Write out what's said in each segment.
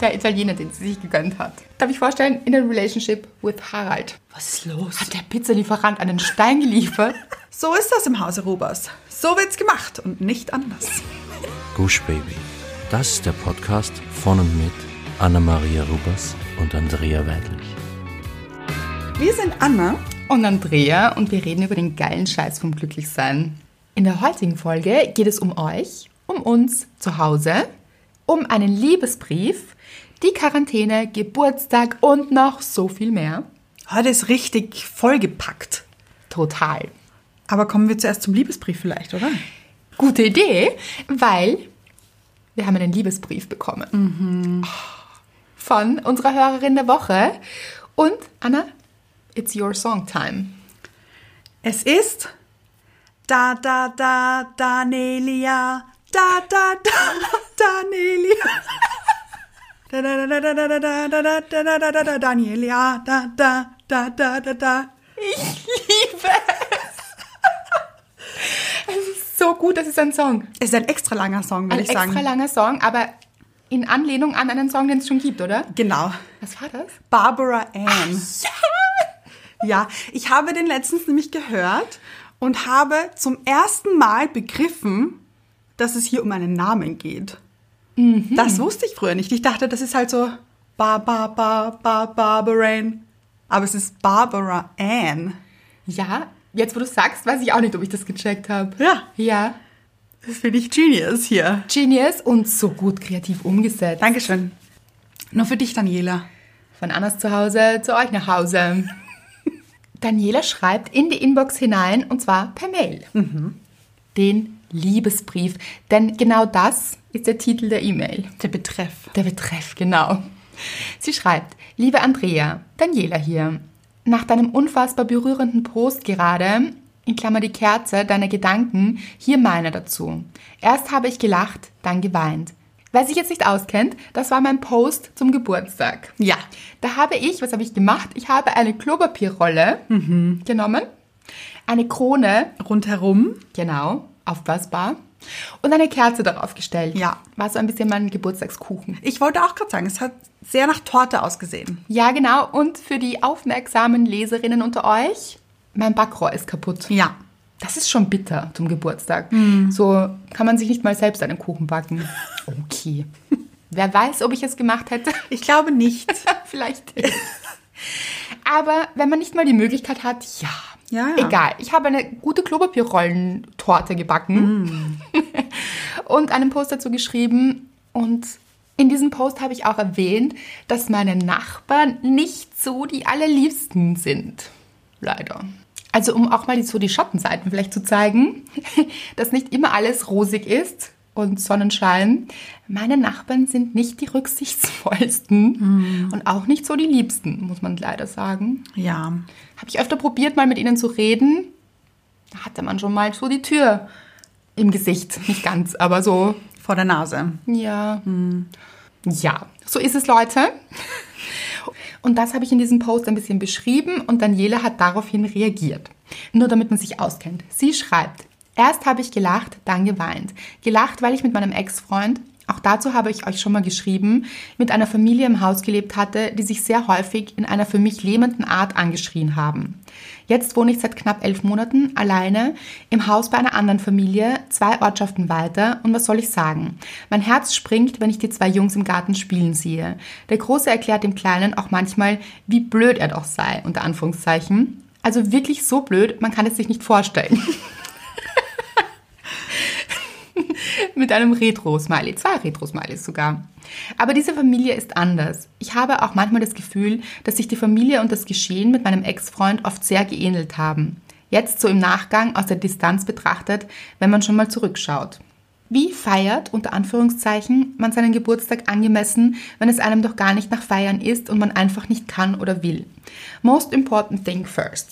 der Italiener, den sie sich gegönnt hat. Darf ich vorstellen, in a relationship with Harald. Was ist los? Hat der Pizzalieferant einen Stein geliefert? So ist das im Hause Robers. So wird's gemacht und nicht anders. Gush Baby. Das ist der Podcast von und mit Anna-Maria Rubers und Andrea Weidlich. Wir sind Anna. Und Andrea und wir reden über den geilen Scheiß vom Glücklichsein. In der heutigen Folge geht es um euch, um uns zu Hause, um einen Liebesbrief, die Quarantäne, Geburtstag und noch so viel mehr. Heute ist richtig vollgepackt. Total. Aber kommen wir zuerst zum Liebesbrief vielleicht, oder? Gute Idee, weil wir haben einen Liebesbrief bekommen. Mhm. Von unserer Hörerin der Woche. Und Anna, it's your song time. Es ist da da da Danelia. Da da da Danelia. Da da da da da da da da da da da da da da Danielia. Da da da da da da. So gut, das ist ein Song. Es ist ein extra langer Song, Ein würde ich extra sagen. langer Song, aber in Anlehnung an einen Song, den es schon gibt, oder? Genau. Was war das? Barbara Ann. Ja, ich habe den letztens nämlich gehört und habe zum ersten Mal begriffen, dass es hier um einen Namen geht. Das wusste ich früher nicht. Ich dachte, das ist halt so ba ba ba ba Barbarain. Aber es ist Barbara Ann. Ja, jetzt wo du sagst, weiß ich auch nicht, ob ich das gecheckt habe. Ja. Ja. Das finde ich genius hier. Genius und so gut kreativ umgesetzt. Dankeschön. Nur für dich, Daniela. Von Annas zu Hause zu euch nach Hause. Daniela schreibt in die Inbox hinein und zwar per Mail. Mhm. Den Liebesbrief. Denn genau das ist der Titel der E-Mail. Der Betreff. Der Betreff, genau. Sie schreibt, liebe Andrea, Daniela hier. Nach deinem unfassbar berührenden Post gerade, in Klammer die Kerze, deine Gedanken, hier meine dazu. Erst habe ich gelacht, dann geweint. Wer sich jetzt nicht auskennt, das war mein Post zum Geburtstag. Ja. Da habe ich, was habe ich gemacht? Ich habe eine Klopapierrolle genommen, eine Krone Rundherum. Genau, aufblasbar. Und eine Kerze darauf gestellt. Ja. War so ein bisschen mein Geburtstagskuchen. Ich wollte auch gerade sagen, es hat sehr nach Torte ausgesehen. Ja, genau. Und für die aufmerksamen Leserinnen unter euch, mein Backrohr ist kaputt. Ja. Hm. Das ist schon bitter zum Geburtstag. So kann man sich nicht mal selbst einen Kuchen backen. Okay. Wer weiß, ob ich es gemacht hätte. Ich glaube nicht. Vielleicht. Aber wenn man nicht mal die Möglichkeit hat, ja. Ja, ja. Egal. Ich habe eine gute Klopapierrollentorte Mhm. gebacken und einen Post dazu geschrieben. Und in diesem Post habe ich auch erwähnt, dass meine Nachbarn nicht so die allerliebsten sind. Leider. Also um auch mal die- so die Schattenseiten vielleicht zu zeigen, dass nicht immer alles rosig ist und Sonnenschein. Meine Nachbarn sind nicht die rücksichtsvollsten und auch nicht so die liebsten, muss man leider sagen. Ja. Habe ich öfter probiert, mal mit ihnen zu reden. Da hatte man schon mal so die Tür im Gesicht. Nicht ganz, aber so Vor der Nase. ja. Ja, so ist es, Leute. Und das habe ich in diesem Post ein bisschen beschrieben und Daniela hat daraufhin reagiert. Nur damit man sich auskennt. Sie schreibt, erst habe ich gelacht, dann geweint. Gelacht, weil ich mit meinem Ex-Freund, auch dazu habe ich euch schon mal geschrieben, mit einer Familie im Haus gelebt hatte, die sich sehr häufig in einer für mich lähmenden Art angeschrien haben. Jetzt wohne ich seit knapp elf Monaten alleine im Haus bei einer anderen Familie, zwei Ortschaften weiter und was soll ich sagen? Mein Herz springt, wenn ich die zwei Jungs im Garten spielen sehe. Der Große erklärt dem Kleinen auch manchmal, wie blöd er doch sei, unter Anführungszeichen. Also wirklich so blöd, man kann es sich nicht vorstellen. Mit einem Retro-Smiley, zwei Retro-Smileys sogar. Aber diese Familie ist anders. Ich habe auch manchmal das Gefühl, dass sich die Familie und das Geschehen mit meinem Ex-Freund oft sehr geähnelt haben. Jetzt so im Nachgang aus der Distanz betrachtet, wenn man schon mal zurückschaut. Wie feiert, unter Anführungszeichen, man seinen Geburtstag angemessen, wenn es einem doch gar nicht nach Feiern ist und man einfach nicht kann oder will? Most important thing first.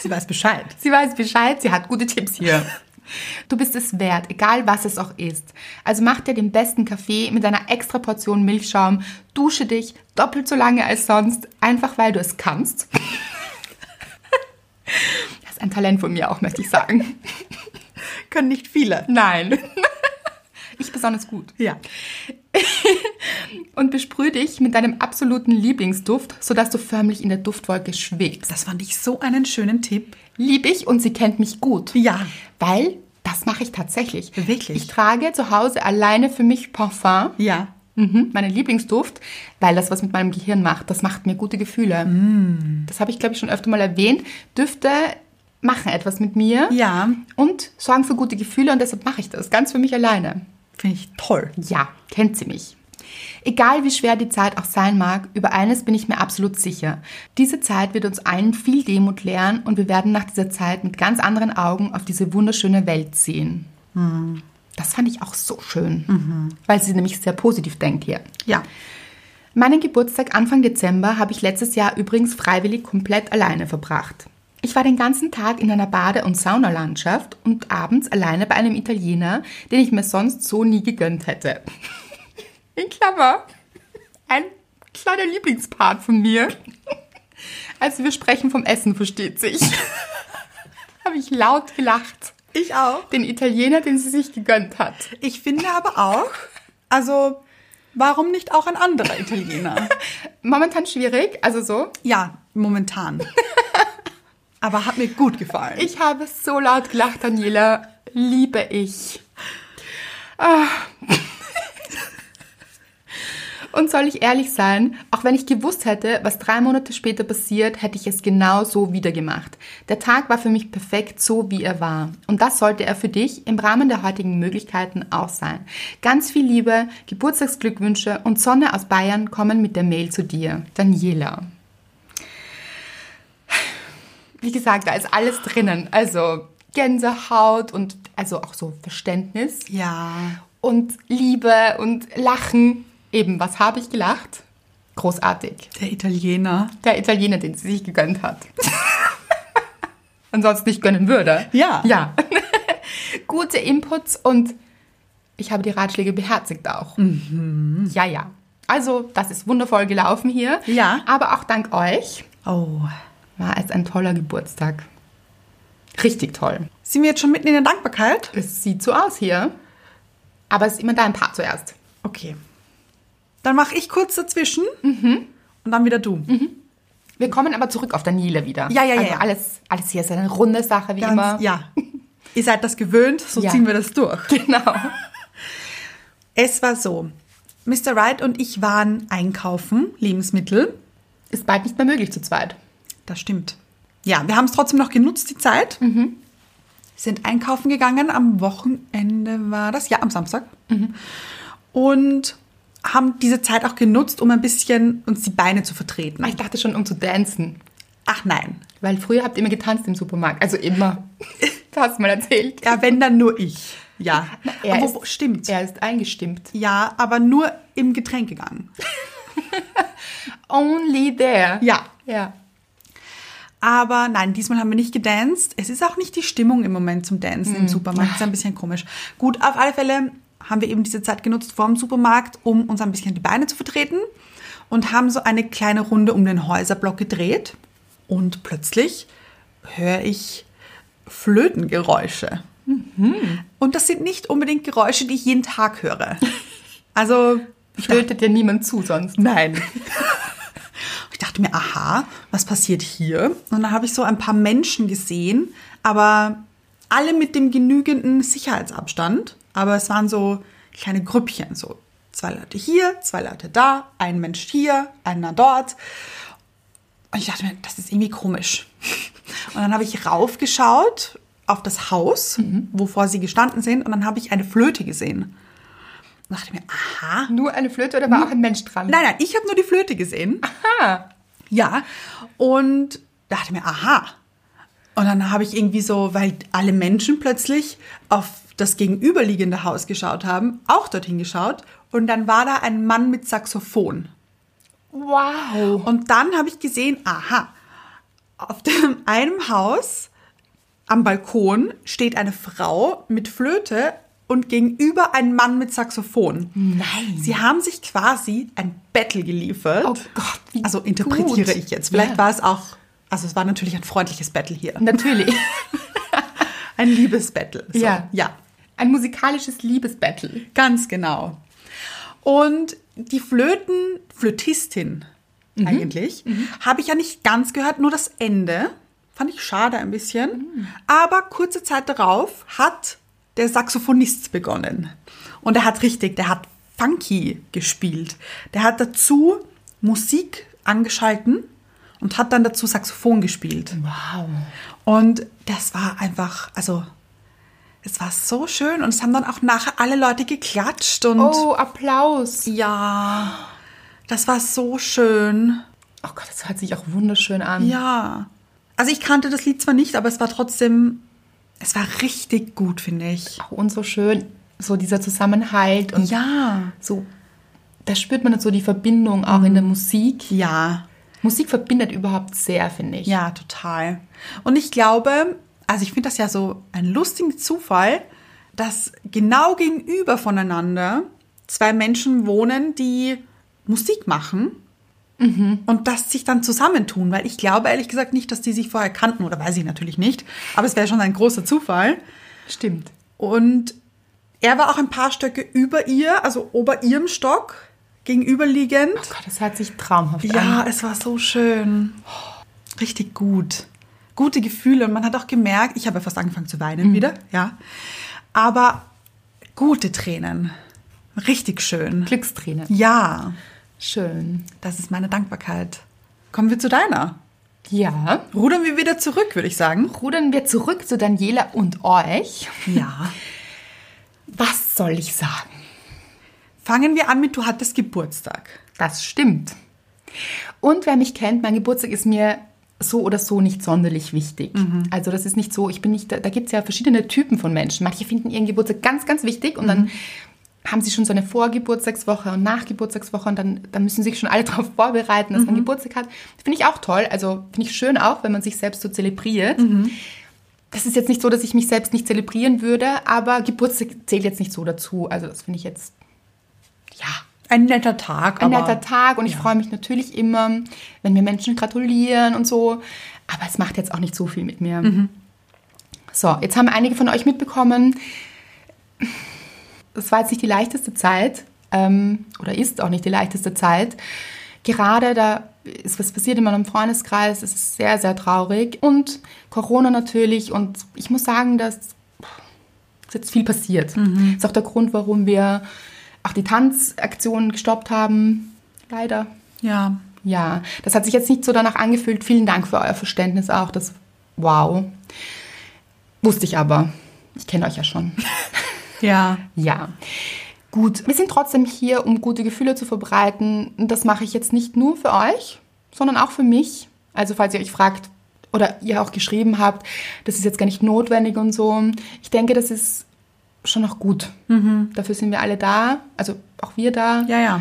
Sie weiß Bescheid. Sie weiß Bescheid, sie hat gute Tipps hier. Du bist es wert, egal was es auch ist. Also mach dir den besten Kaffee mit einer extra Portion Milchschaum, dusche dich doppelt so lange als sonst, einfach weil du es kannst. Das ist ein Talent von mir auch, möchte ich sagen. Können nicht viele. Nein. Ich besonders gut. Ja. und besprühe dich mit deinem absoluten Lieblingsduft, sodass du förmlich in der Duftwolke schwebst. Das fand ich so einen schönen Tipp. Lieb ich und sie kennt mich gut. Ja. Weil das mache ich tatsächlich. Wirklich? Ich trage zu Hause alleine für mich Parfum. Ja. Mhm, meine Lieblingsduft, weil das was mit meinem Gehirn macht. Das macht mir gute Gefühle. Mm. Das habe ich, glaube ich, schon öfter mal erwähnt. Düfte machen etwas mit mir Ja. und sorgen für gute Gefühle und deshalb mache ich das ganz für mich alleine. Finde ich toll. Ja, kennt sie mich. Egal wie schwer die Zeit auch sein mag, über eines bin ich mir absolut sicher. Diese Zeit wird uns allen viel Demut lehren und wir werden nach dieser Zeit mit ganz anderen Augen auf diese wunderschöne Welt sehen. Das fand ich auch so schön, weil sie nämlich sehr positiv denkt hier. Ja. Meinen Geburtstag Anfang Dezember habe ich letztes Jahr übrigens freiwillig komplett alleine verbracht. Ich war den ganzen Tag in einer Bade- und Saunalandschaft und abends alleine bei einem Italiener, den ich mir sonst so nie gegönnt hätte. In Klammer. Ein kleiner Lieblingspart von mir. Also wir sprechen vom Essen, versteht sich. habe ich laut gelacht. Ich auch. Den Italiener, den sie sich gegönnt hat. Ich finde aber auch, also warum nicht auch ein anderer Italiener? Momentan schwierig, also so. ja, momentan. Aber hat mir gut gefallen. Ich habe so laut gelacht, Daniela. Liebe ich. Ah. Und soll ich ehrlich sein, auch wenn ich gewusst hätte, was drei Monate später passiert, hätte ich es genau so wieder gemacht. Der Tag war für mich perfekt so, wie er war. Und das sollte er für dich im Rahmen der heutigen Möglichkeiten auch sein. Ganz viel Liebe, Geburtstagsglückwünsche und Sonne aus Bayern kommen mit der Mail zu dir. Daniela. Wie gesagt, da ist alles drinnen. Also Gänsehaut und also auch so Verständnis ja. und Liebe und Lachen. Eben, was habe ich gelacht? Großartig. Der Italiener. Der Italiener, den sie sich gegönnt hat. Ansonsten nicht gönnen würde. Ja. Ja. Gute Inputs und ich habe die Ratschläge beherzigt auch. Mhm. Ja, ja. Also, das ist wundervoll gelaufen hier. Ja. Aber auch dank euch Oh. war es ein toller Geburtstag. Richtig toll. Sind wir jetzt schon mitten in der Dankbarkeit? Es sieht so aus hier. Aber es ist immer dein Part zuerst. Okay. Dann mache ich kurz dazwischen und dann wieder du. Wir kommen aber zurück auf Daniele wieder. Ja, ja, ja, Also ja. alles, alles hier ist eine runde Sache, wie Ganz, immer. Ja. Ihr seid das gewöhnt, so Ja. ziehen wir das durch. Genau. Es war so. Mr. Wright und ich waren einkaufen, Lebensmittel. Ist bald nicht mehr möglich zu zweit. Das stimmt. Ja, wir haben es trotzdem noch genutzt, die Zeit. Mhm. Sind einkaufen gegangen. Am Wochenende war das, ja, am Samstag. Mhm. Und haben diese Zeit auch genutzt, um ein bisschen uns die Beine zu vertreten. Ich dachte schon, um zu tanzen. Ach nein. Weil früher habt ihr immer getanzt im Supermarkt. Also immer. Du hast mal erzählt. Ja, wenn dann nur ich. Ja. Er Aber wo- ist- stimmt. Er ist eingestimmt. Ja, aber nur im Getränkegang. Only there. Ja. Ja. Aber nein, diesmal haben wir nicht gedanced. Es ist auch nicht die Stimmung im Moment zum Dancen im Supermarkt. Ist ein bisschen komisch. Gut, auf alle Fälle haben wir eben diese Zeit genutzt vor dem Supermarkt, um uns ein bisschen die Beine zu vertreten und haben so eine kleine Runde um den Häuserblock gedreht. Und plötzlich höre ich Flötengeräusche. Und das sind nicht unbedingt Geräusche, die ich jeden Tag höre. Also Flötet dir niemand zu sonst. Nein. ich dachte mir, aha, was passiert hier? Und dann habe ich so ein paar Menschen gesehen, aber alle mit dem genügenden Sicherheitsabstand. Aber es waren so kleine Grüppchen, so zwei Leute hier, zwei Leute da, ein Mensch hier, einer dort. Und ich dachte mir, das ist irgendwie komisch. Und dann habe ich raufgeschaut auf das Haus, wovor sie gestanden sind, und dann habe ich eine Flöte gesehen. Und dachte mir, aha, Nur eine Flöte oder war auch ein Mensch dran? Nein, nein, ich habe nur die Flöte gesehen. Aha. Ja. Und dachte mir, aha. Und dann habe ich irgendwie so, weil alle Menschen plötzlich auf das gegenüberliegende Haus geschaut haben, auch dorthin geschaut. Und dann war da ein Mann mit Saxophon. Wow. Und dann habe ich gesehen, aha, auf dem einem Haus am Balkon steht eine Frau mit Flöte und gegenüber ein Mann mit Saxophon. Nein. Sie haben sich quasi ein Battle geliefert. Oh Gott, wie Also interpretiere gut. ich jetzt. Vielleicht Ja. war es auch, also es war natürlich ein freundliches Battle hier. Natürlich. Ein Liebesbattle. So. Ja. Ja, Ein musikalisches Liebesbattle. ganz genau. Und die Flöten, Flötistin eigentlich, habe ich ja nicht ganz gehört, nur das Ende. Fand ich schade ein bisschen. Aber kurze Zeit darauf hat der Saxophonist begonnen. Und er hat richtig, der hat funky gespielt. Der hat dazu Musik angeschalten und hat dann dazu Saxophon gespielt. Wow. Und das war einfach, also es war so schön und es haben dann auch nachher alle Leute geklatscht und Oh, Applaus. ja, das war so schön. Oh Gott, das hört sich auch wunderschön an. Ja. Also ich kannte das Lied zwar nicht, aber es war trotzdem, es war richtig gut, finde ich. Auch und so schön, so dieser Zusammenhalt und Ja. so, da spürt man so die Verbindung auch Mhm. in der Musik. Ja. Musik verbindet überhaupt sehr, finde ich. Ja, total. Und ich glaube, also ich finde das ja so einen lustigen Zufall, dass genau gegenüber voneinander zwei Menschen wohnen, die Musik machen und das sich dann zusammentun, weil ich glaube ehrlich gesagt nicht, dass die sich vorher kannten oder weiß ich natürlich nicht, aber es wäre schon ein großer Zufall. Stimmt. Und er war auch ein paar Stöcke über ihr, also ober ihrem Stock, gegenüberliegend. Oh Gott, das hört sich traumhaft Ja, an. es war so schön. Richtig gut. Gute Gefühle. Und man hat auch gemerkt, ich habe ja fast angefangen zu weinen wieder, ja. Aber gute Tränen. Richtig schön. Glücksträne. Ja, Schön. das ist meine Dankbarkeit. Kommen wir zu deiner. Ja. Rudern wir wieder zurück, würde ich sagen. Rudern wir zurück zu Daniela und euch. Ja. Was soll ich sagen? Fangen wir an mit, du hattest Geburtstag. Das stimmt. Und wer mich kennt, mein Geburtstag ist mir so oder so nicht sonderlich wichtig. Also das ist nicht so, ich bin nicht, da, da gibt es ja verschiedene Typen von Menschen. Manche finden ihren Geburtstag ganz, ganz wichtig und dann haben sie schon so eine Vorgeburtstagswoche und Nachgeburtstagswoche und dann, dann müssen sich schon alle darauf vorbereiten, dass man Geburtstag hat. Finde ich auch toll. Also finde ich schön auch, wenn man sich selbst so zelebriert. Das ist jetzt nicht so, dass ich mich selbst nicht zelebrieren würde, aber Geburtstag zählt jetzt nicht so dazu. Also das finde ich jetzt, ja, Ein netter Tag, ein aber netter Tag und ich ja. freue mich natürlich immer, wenn mir Menschen gratulieren und so. Aber es macht jetzt auch nicht so viel mit mir. Mhm. So, jetzt haben einige von euch mitbekommen, es war jetzt nicht die leichteste Zeit ähm, oder ist auch nicht die leichteste Zeit. Gerade da ist was passiert in meinem Freundeskreis, es ist sehr, sehr traurig und Corona natürlich und ich muss sagen, dass ist jetzt viel passiert. Ist auch der Grund, warum wir auch die Tanzaktion gestoppt haben. Leider. Ja. Ja, das hat sich jetzt nicht so danach angefühlt. Vielen Dank für euer Verständnis auch. Das wow. Wusste ich aber. Ich kenne euch ja schon. Ja. Ja. Gut, wir sind trotzdem hier, um gute Gefühle zu verbreiten. Und das mache ich jetzt nicht nur für euch, sondern auch für mich. Also falls ihr euch fragt oder ihr auch geschrieben habt, das ist jetzt gar nicht notwendig und so. Ich denke, das ist schon auch gut. Dafür sind wir alle da, also auch wir da. Ja, ja.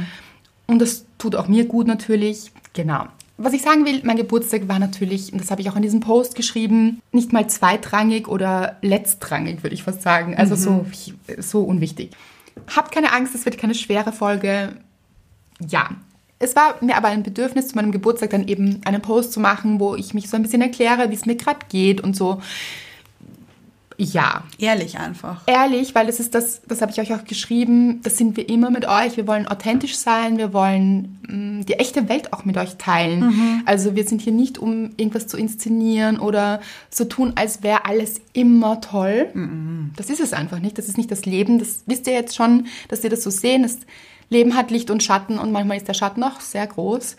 Und das tut auch mir gut natürlich. Genau. Was ich sagen will, mein Geburtstag war natürlich, und das habe ich auch in diesem Post geschrieben, nicht mal zweitrangig oder letztrangig, würde ich fast sagen. Also so, so unwichtig. Habt keine Angst, es wird keine schwere Folge. Ja. Es war mir aber ein Bedürfnis, zu meinem Geburtstag dann eben einen Post zu machen, wo ich mich so ein bisschen erkläre, wie es mir gerade geht und so. Ja, Ehrlich einfach. ehrlich, weil das ist das, das habe ich euch auch geschrieben, das sind wir immer mit euch. Wir wollen authentisch sein, wir wollen mh, die echte Welt auch mit euch teilen. Also wir sind hier nicht, um irgendwas zu inszenieren oder so tun, als wäre alles immer toll. Das ist es einfach nicht. Das ist nicht das Leben. Das wisst ihr jetzt schon, dass ihr das so sehen. Das Leben hat Licht und Schatten und manchmal ist der Schatten auch sehr groß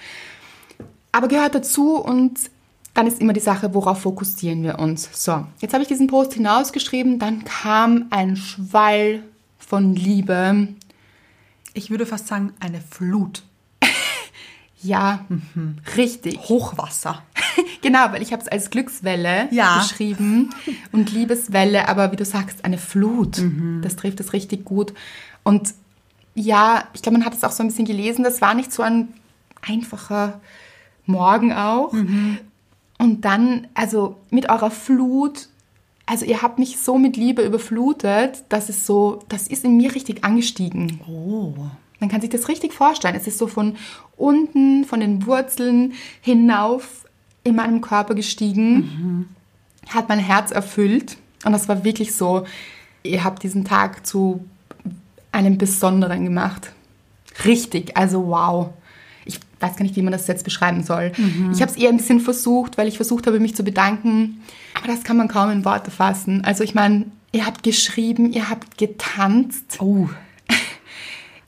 aber gehört dazu und dann ist immer die Sache, worauf fokussieren wir uns. So, jetzt habe ich diesen Post hinausgeschrieben, dann kam ein Schwall von Liebe. Ich würde fast sagen, eine Flut. Ja, richtig. Hochwasser. Genau, weil ich habe es als Glückswelle Ja. geschrieben und Liebeswelle, aber wie du sagst, eine Flut. Das trifft es richtig gut. Und ja, ich glaube, man hat es auch so ein bisschen gelesen, das war nicht so ein einfacher Morgen auch. Und dann, also mit eurer Flut, also ihr habt mich so mit Liebe überflutet, dass es so, das ist in mir richtig angestiegen. Oh. Man kann sich das richtig vorstellen. Es ist so von unten, von den Wurzeln hinauf in meinem Körper gestiegen, hat mein Herz erfüllt. Und das war wirklich so, ihr habt diesen Tag zu einem besonderen gemacht. richtig. Also wow. Ich weiß gar nicht, wie man das jetzt beschreiben soll. Ich habe es eher ein bisschen versucht, weil ich versucht habe, mich zu bedanken. Aber das kann man kaum in Worte fassen. Also ich meine, ihr habt geschrieben, ihr habt getanzt, Oh.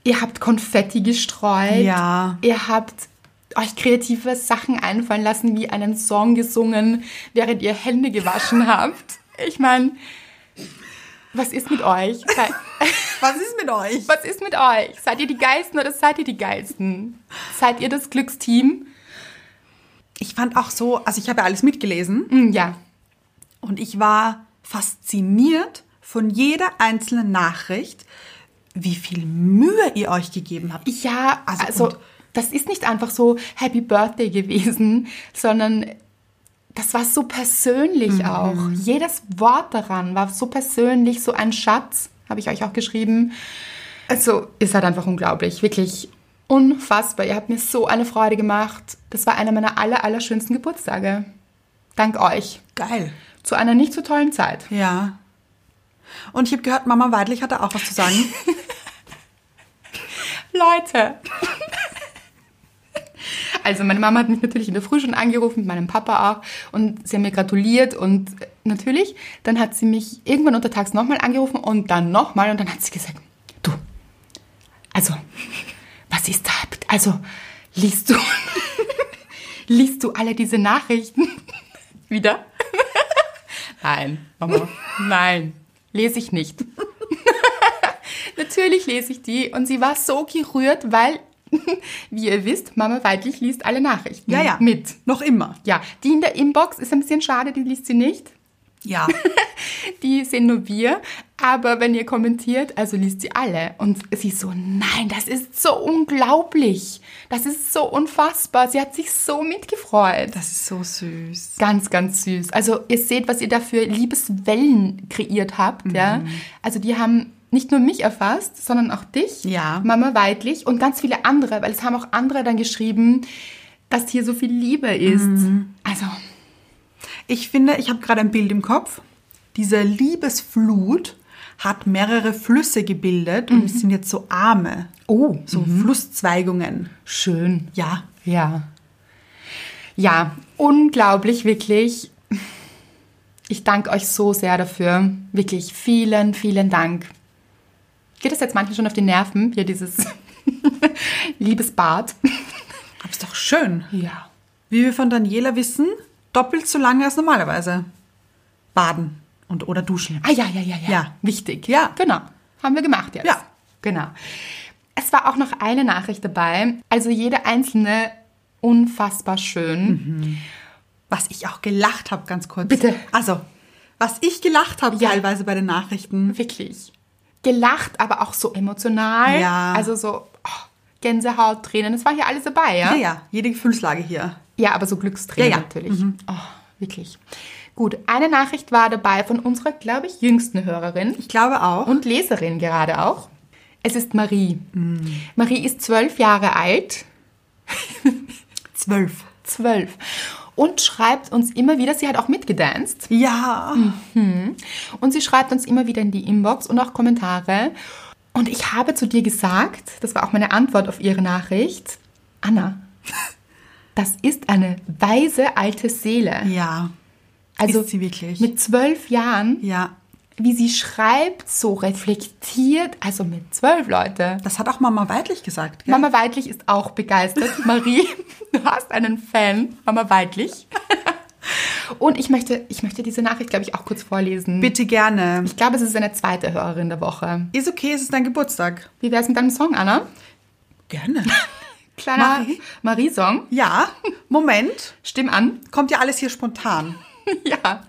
ihr habt Konfetti gestreut. Ja. Ihr habt euch kreative Sachen einfallen lassen, wie einen Song gesungen, während ihr Hände gewaschen habt. Ich meine, was ist mit euch? Sei- Was ist mit euch? Was ist mit euch? Seid ihr die Geilsten oder seid ihr die Geilsten? Seid ihr das Glücksteam? Ich fand auch so, also ich habe ja alles mitgelesen. Hm, ja. Und ich war fasziniert von jeder einzelnen Nachricht, wie viel Mühe ihr euch gegeben habt. Ja, Also, also, und- das ist nicht einfach so Happy Birthday gewesen, sondern das war so persönlich auch. Jedes Wort daran war so persönlich, so ein Schatz, habe ich euch auch geschrieben. Also ist halt einfach unglaublich, wirklich unfassbar. Ihr habt mir so eine Freude gemacht. Das war einer meiner aller, aller schönsten Geburtstage. Dank euch. Geil. Zu einer nicht so tollen Zeit. Ja. Und ich habe gehört, Mama Weidlich hat da auch was zu sagen. Leute. Also meine Mama hat mich natürlich in der Früh schon angerufen, mit meinem Papa auch, und sie haben mir gratuliert und äh, natürlich, dann hat sie mich irgendwann untertags nochmal angerufen und dann nochmal und dann hat sie gesagt, du, also, was ist da? Also, liest du, liest du alle diese Nachrichten wieder? Nein, Mama, nein, lese ich nicht. Natürlich lese ich die und sie war so gerührt, weil, wie ihr wisst, Mama Weidlich liest alle Nachrichten ja, ja. mit. Noch immer. Ja, die in der Inbox ist ein bisschen schade, die liest sie nicht. Ja. Die sehen nur wir. Aber wenn ihr kommentiert, also liest sie alle. Und sie so, nein, das ist so unglaublich. Das ist so unfassbar. Sie hat sich so mitgefreut. Das ist so süß. Ganz, ganz süß. Also ihr seht, was ihr da für Liebeswellen kreiert habt. Ja? Also die haben nicht nur mich erfasst, sondern auch dich, Ja. Mama Weidlich und ganz viele andere, weil es haben auch andere dann geschrieben, dass hier so viel Liebe ist. Also, Ich finde, ich habe gerade ein Bild im Kopf. Diese Liebesflut hat mehrere Flüsse gebildet und es sind jetzt so Arme, oh, so Flusszweigungen. schön. Ja. Ja. Ja, unglaublich, wirklich. Ich danke euch so sehr dafür. Wirklich vielen, vielen Dank. Geht das jetzt manchen schon auf die Nerven, hier dieses Liebesbad? Aber ist doch schön. Ja. Wie wir von Daniela wissen, doppelt so lange als normalerweise. Baden und oder duschen. Ah, ja, ja, ja, ja. Ja. Wichtig. Ja. Genau. Haben wir gemacht jetzt. Ja. Genau. Es war auch noch eine Nachricht dabei. Also jede einzelne unfassbar schön. Mhm. Was ich auch gelacht habe, ganz kurz. Bitte. Also, was ich gelacht habe Ja. teilweise bei den Nachrichten. wirklich gelacht, aber auch so emotional. Ja. Also so oh, Gänsehaut, Tränen, das war hier alles dabei, ja? Ja, ja, jede Gefühlslage hier. Ja, aber so Glückstränen Ja, Mhm. ja. natürlich. Oh, wirklich. Gut, eine Nachricht war dabei von unserer, glaube ich, jüngsten Hörerin Ich glaube auch. und Leserin gerade auch. Es ist Marie. Mhm. Marie ist zwölf Jahre alt zwölf. zwölf. Und schreibt uns immer wieder, sie hat auch mitgedanced. Ja. Und sie schreibt uns immer wieder in die Inbox und auch Kommentare. Und ich habe zu dir gesagt, das war auch meine Antwort auf ihre Nachricht, Anna, das ist eine weise alte Seele. Ja. Also ist sie wirklich. mit zwölf Jahren, Ja. wie sie schreibt, so reflektiert, also mit zwölf Leute. Das hat auch Mama Weidlich gesagt. Gell? Mama Weidlich ist auch begeistert. Marie, du hast einen Fan, Mama Weidlich. Und ich möchte, ich möchte diese Nachricht, glaube ich, auch kurz vorlesen. Bitte gerne. Ich glaube, es ist eine zweite Hörerin der Woche. Ist okay, es ist dein Geburtstag. Wie wär's mit deinem Song, Anna? Gerne. Kleiner Marie? Marie-Song. ja, Moment. Stimm an. Kommt ja alles hier spontan. ja.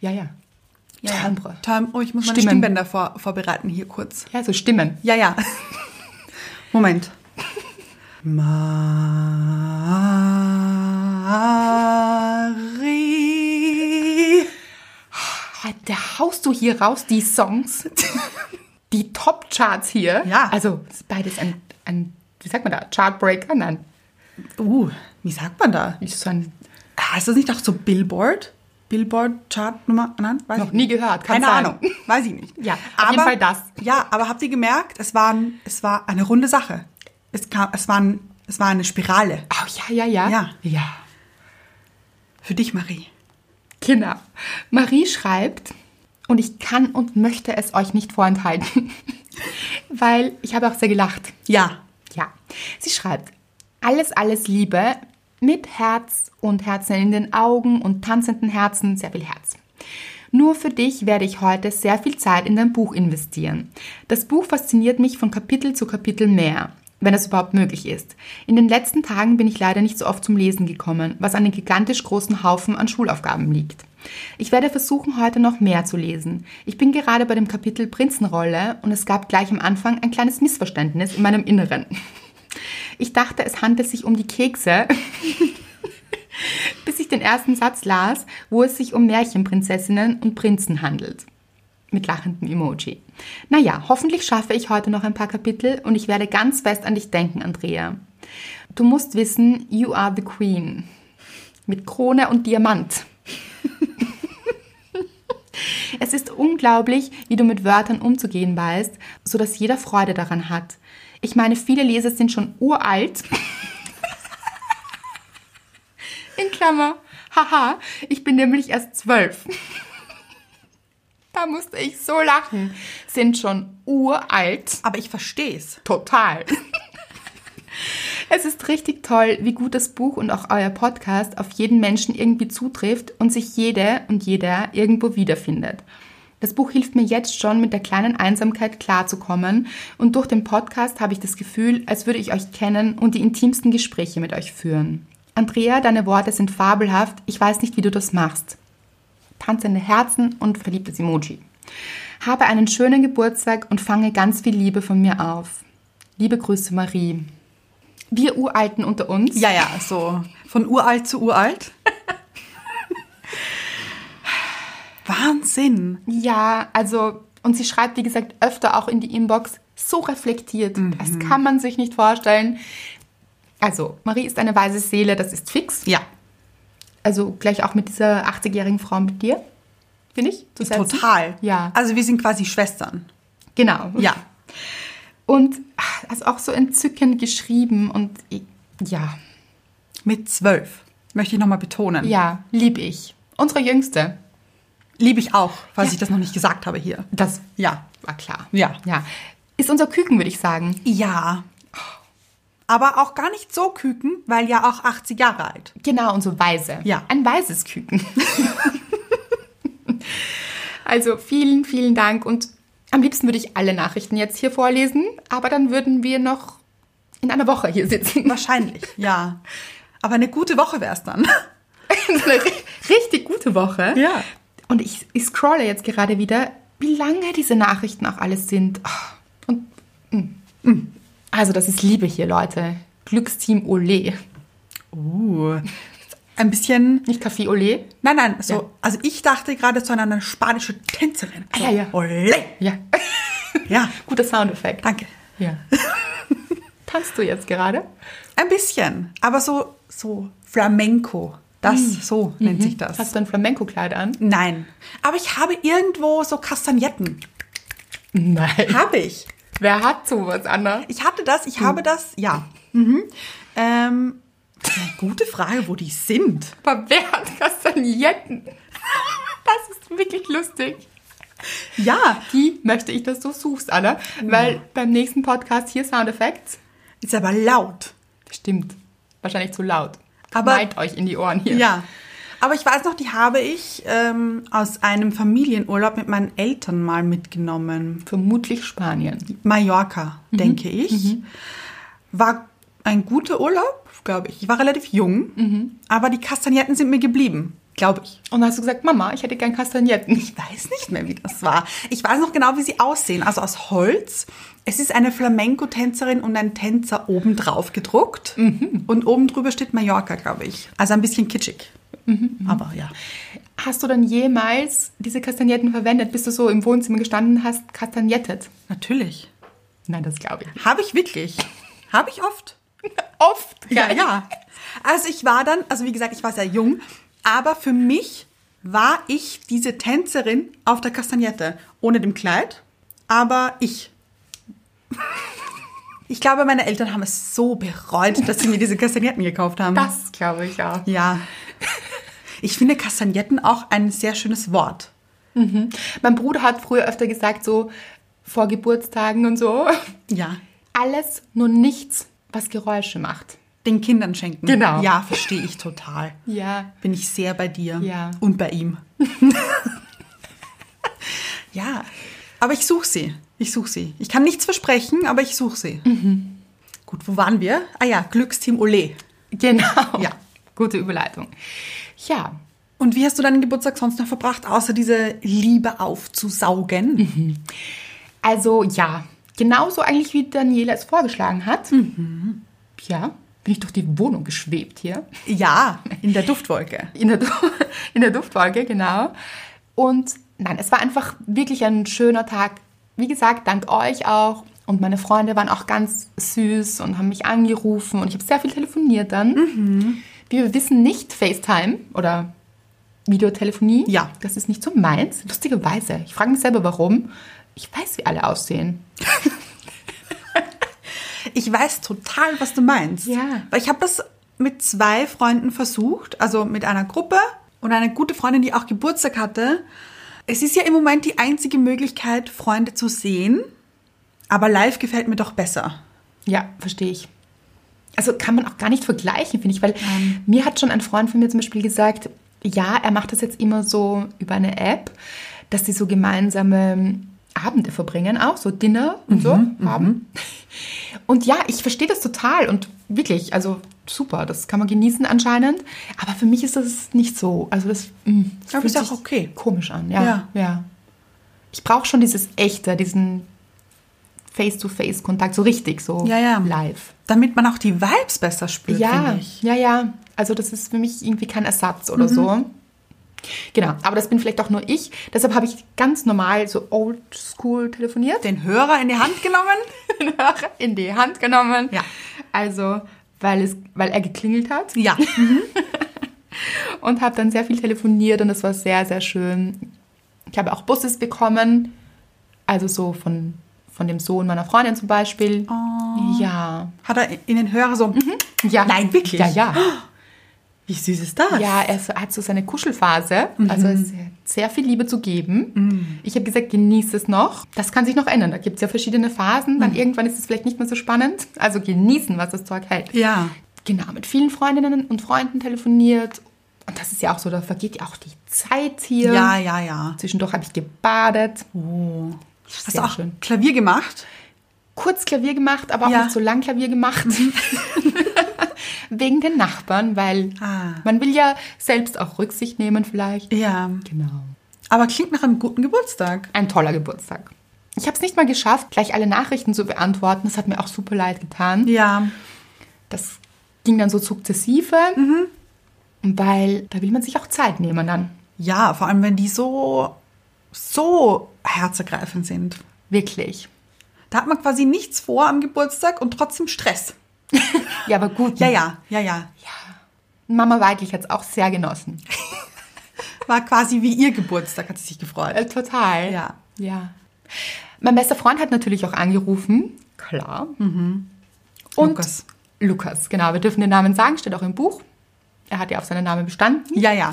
ja, ja. Timbre. Tim- oh, ich muss meine Stimmen. Stimmbänder vor, vorbereiten hier kurz. Ja, so Stimmen. Ja, ja. Moment. Marie. Da haust du hier raus die Songs, die Top-Charts hier. Ja. Also ist beides ein, ein, wie sagt man da, Chartbreaker? Nein, Uh, wie sagt man da? ist so ein, Ah, Ist das nicht auch so Billboard? Billboard-Chart Nummer, nein, weiß Noch ich nicht. nie gehört, kann Keine sein. Ahnung, weiß ich nicht. Ja, auf jeden Fall das. Ja, aber habt ihr gemerkt, es, waren, es war eine runde Sache. Es, kam, es, waren, es war eine Spirale. Oh ja, ja, ja. Ja. Ja. Für dich, Marie. Genau. Marie schreibt, und ich kann und möchte es euch nicht vorenthalten, weil ich habe auch sehr gelacht. Ja. Ja, sie schreibt, alles, alles Liebe mit Herz und Herzen in den Augen und tanzenden Herzen, sehr viel Herz. Nur für dich werde ich heute sehr viel Zeit in dein Buch investieren. Das Buch fasziniert mich von Kapitel zu Kapitel mehr, wenn es überhaupt möglich ist. In den letzten Tagen bin ich leider nicht so oft zum Lesen gekommen, was an den gigantisch großen Haufen an Schulaufgaben liegt. Ich werde versuchen, heute noch mehr zu lesen. Ich bin gerade bei dem Kapitel Prinzenrolle und es gab gleich am Anfang ein kleines Missverständnis in meinem Inneren. Ich dachte, es handelt sich um die Kekse, bis ich den ersten Satz las, wo es sich um Märchenprinzessinnen und Prinzen handelt. Mit lachendem Emoji. Naja, hoffentlich schaffe ich heute noch ein paar Kapitel und ich werde ganz fest an dich denken, Andrea. Du musst wissen, you are the queen. Mit Krone und Diamant. Es ist unglaublich, wie du mit Wörtern umzugehen weißt, sodass jeder Freude daran hat. Ich meine, viele Leser sind schon uralt. In Klammer. Haha, ich bin nämlich erst zwölf. Da musste ich so lachen. Sind schon uralt. Aber ich verstehe es. Total. Es ist richtig toll, wie gut das Buch und auch euer Podcast auf jeden Menschen irgendwie zutrifft und sich jede und jeder irgendwo wiederfindet. Das Buch hilft mir jetzt schon, mit der kleinen Einsamkeit klarzukommen und durch den Podcast habe ich das Gefühl, als würde ich euch kennen und die intimsten Gespräche mit euch führen. Andrea, deine Worte sind fabelhaft. Ich weiß nicht, wie du das machst tanzende Herzen und verliebtes Emoji. Habe einen schönen Geburtstag und fange ganz viel Liebe von mir auf. Liebe Grüße, Marie. Wir Uralten unter uns. Ja, ja, so. Von uralt zu uralt. Wahnsinn. Ja, also, und sie schreibt, wie gesagt, öfter auch in die Inbox, so reflektiert. Mhm. Das kann man sich nicht vorstellen. Also, Marie ist eine weise Seele, das ist fix. Ja. Also, gleich auch mit dieser 80-jährigen Frau mit dir, finde ich. zu setzen. Total. Ja. Also wir sind quasi Schwestern. Genau. Ja. Und ach, also auch so entzückend geschrieben und ich- ja, Mit zwölf. Möchte ich nochmal betonen. ja, lieb ich. Unsere Jüngste. Liebe ich auch, falls ich das noch nicht gesagt habe hier. Das Ja. war klar. Ja. Ja. Ist unser Küken, würde ich sagen. Ja. Aber auch gar nicht so küken, weil ja auch 80 Jahre alt. Genau, und so weise. Ja. Ein weises Küken. also vielen, vielen Dank und am liebsten würde ich alle Nachrichten jetzt hier vorlesen, aber dann würden wir noch in einer Woche hier sitzen. Wahrscheinlich, ja. Aber eine gute Woche wäre es dann. Eine ri- richtig gute Woche. Ja. Und ich, ich scrolle jetzt gerade wieder, wie lange diese Nachrichten auch alles sind. Ah, Und, mm, mm. Also das ist Liebe hier, Leute. Glücksteam Olé. Uh. Ein bisschen. Nicht Kaffee Olé. Nein, nein, so. Ja. Also ich dachte gerade so an eine spanische Tänzerin. So, Ah, ja, ja. Ole. Ja. Ja, Guter Soundeffekt. danke. Ja. Tanzt du jetzt gerade? Ein bisschen. Aber so, so Flamenco. Das, so nennt sich Mm. Mhm. das. Hast du ein Flamenco-Kleid an? Nein. Aber ich habe irgendwo so Kastagnetten. Nein. Habe ich. Wer hat sowas, Anna? Ich hatte das, ich habe das, ja. Mhm. Ähm, gute Frage, wo die sind. Aber wer hat Kastagnetten? Das ist wirklich lustig. Ja, Die möchte ich, dass du suchst, Anna. Weil beim nächsten Podcast hier Soundeffekte ist aber laut. Stimmt. Wahrscheinlich zu laut. Aber- Meint euch in die Ohren hier. Ja. Aber ich weiß noch, die habe ich ähm, aus einem Familienurlaub mit meinen Eltern mal mitgenommen. Vermutlich Spanien. Mallorca, denke ich. War ein guter Urlaub, glaube ich. Ich war relativ jung, aber die Kastagnetten sind mir geblieben, glaube ich. Und dann hast du gesagt, Mama, ich hätte gern Kastagnetten. Ich weiß nicht mehr, wie das war. Ich weiß noch genau, wie sie aussehen. Also aus Holz. Es ist eine Flamenco-Tänzerin und ein Tänzer oben drauf gedruckt. Und oben drüber steht Mallorca, glaube ich. Also ein bisschen kitschig. Aber ja. Hast du dann jemals diese Kastagnetten verwendet, bis du so im Wohnzimmer gestanden hast, kastagnettet? Natürlich. Nein, das glaube ich. nicht. Habe ich wirklich. Habe ich oft. Oft. Ja, ja. Also ich war dann, also wie gesagt, ich war sehr jung, aber für mich war ich diese Tänzerin auf der Kastagnette. Ohne dem Kleid, aber ich. Ich glaube, meine Eltern haben es so bereut, dass sie mir diese Kastagnetten gekauft haben. Das glaube ich ja. Ja. Ich finde Kastagnetten auch ein sehr schönes Wort. Mein Bruder hat früher öfter gesagt, so vor Geburtstagen und so, Ja. alles, nur nichts, was Geräusche macht. Den Kindern schenken. Genau. Ja, verstehe ich total. Ja. Bin ich sehr bei dir. Ja. Und bei ihm. ja. Aber ich suche sie. Ich suche sie. Ich kann nichts versprechen, aber ich suche sie. Gut, wo waren wir? Ah ja, Glücksteam Ole. Genau. Ja. Gute Überleitung. Ja. Und wie hast du deinen Geburtstag sonst noch verbracht, außer diese Liebe aufzusaugen? Also ja, genauso eigentlich wie Daniela es vorgeschlagen hat. Ja, bin ich durch die Wohnung geschwebt hier. Ja, in der Duftwolke. In der, Du- in der Duftwolke, genau. Und nein, es war einfach wirklich ein schöner Tag. Wie gesagt, dank euch auch. Und meine Freunde waren auch ganz süß und haben mich angerufen. Und ich habe sehr viel telefoniert dann. Wie wir wissen, nicht FaceTime oder Videotelefonie. Ja. Das ist nicht so meins. Lustigerweise. Ich frage mich selber, warum. Ich weiß, wie alle aussehen. Ich weiß total, was du meinst. Ja. Weil ich habe das mit zwei Freunden versucht, also mit einer Gruppe und einer gute Freundin, die auch Geburtstag hatte. Es ist ja im Moment die einzige Möglichkeit, Freunde zu sehen, aber live gefällt mir doch besser. Ja, verstehe ich. Also kann man auch gar nicht vergleichen, finde ich, weil mir hat schon ein Freund von mir zum Beispiel gesagt, ja, er macht das jetzt immer so über eine App, dass sie so gemeinsame Abende verbringen, auch so Dinner und so Mhm, haben. Und ja, ich verstehe das total und wirklich, also super, das kann man genießen anscheinend. Aber für mich ist das nicht so. Also das, mh, das Aber fühlt ist auch sich okay. komisch an. Ja, Ja. ja. Ich brauche schon dieses echte, diesen Face-to-Face-Kontakt, so richtig, so Ja, ja. live. Damit man auch die Vibes besser spürt, Ja, finde ich. Mhm. ja, ja. Also das ist für mich irgendwie kein Ersatz oder so. Genau, aber das bin vielleicht auch nur ich. Deshalb habe ich ganz normal so oldschool telefoniert, Den Hörer in die Hand genommen. den Hörer in die Hand genommen. Ja. Also, weil, es, weil er geklingelt hat Ja. und habe dann sehr viel telefoniert und das war sehr, sehr schön. Ich habe auch Buses bekommen, also so von, von dem Sohn meiner Freundin zum Beispiel. Ja. Hat er in den Hörer so. Mhm. ja. Oh. Nein, wirklich? Ja, ja. Wie süß ist das? Ja, er so- hat so seine Kuschelphase, Mhm. also es hat sehr viel Liebe zu geben. Ich habe gesagt, genieß es noch. Das kann sich noch ändern. Da gibt es ja verschiedene Phasen. Mhm. Dann irgendwann ist es vielleicht nicht mehr so spannend. Also genießen, was das Zeug hält. Ja. Genau, mit vielen Freundinnen und Freunden telefoniert. Und das ist ja auch so, da vergeht ja auch die Zeit hier. Ja, ja, ja. Zwischendurch habe ich gebadet, Hast Oh, Sehr du auch schön. Klavier gemacht? kurz Klavier gemacht, aber auch Ja. Mhm. nicht so lang Klavier gemacht. Wegen den Nachbarn, weil Ah. man will ja selbst auch Rücksicht nehmen vielleicht. Ja. Genau. Aber klingt nach einem guten Geburtstag. Ein toller Geburtstag. Ich habe es nicht mal geschafft, gleich alle Nachrichten zu beantworten. Das hat mir auch super leid getan. Ja. Das ging dann so sukzessive, Mhm. weil da will man sich auch Zeit nehmen dann. Ja, vor allem wenn die so, so herzergreifend sind. Wirklich. Da hat man quasi nichts vor am Geburtstag und trotzdem Stress. Ja, aber gut. Ja, ja, ja, ja. Mama Weidlich hat es auch sehr genossen. War quasi wie ihr Geburtstag, hat sie sich gefreut. Äh, total. Ja. Ja. Mein bester Freund hat natürlich auch angerufen. Klar. Und Mhm. Lukas. Lukas, genau. Wir dürfen den Namen sagen, steht auch im Buch. Er hat ja auf seinen Namen bestanden. Ja, ja.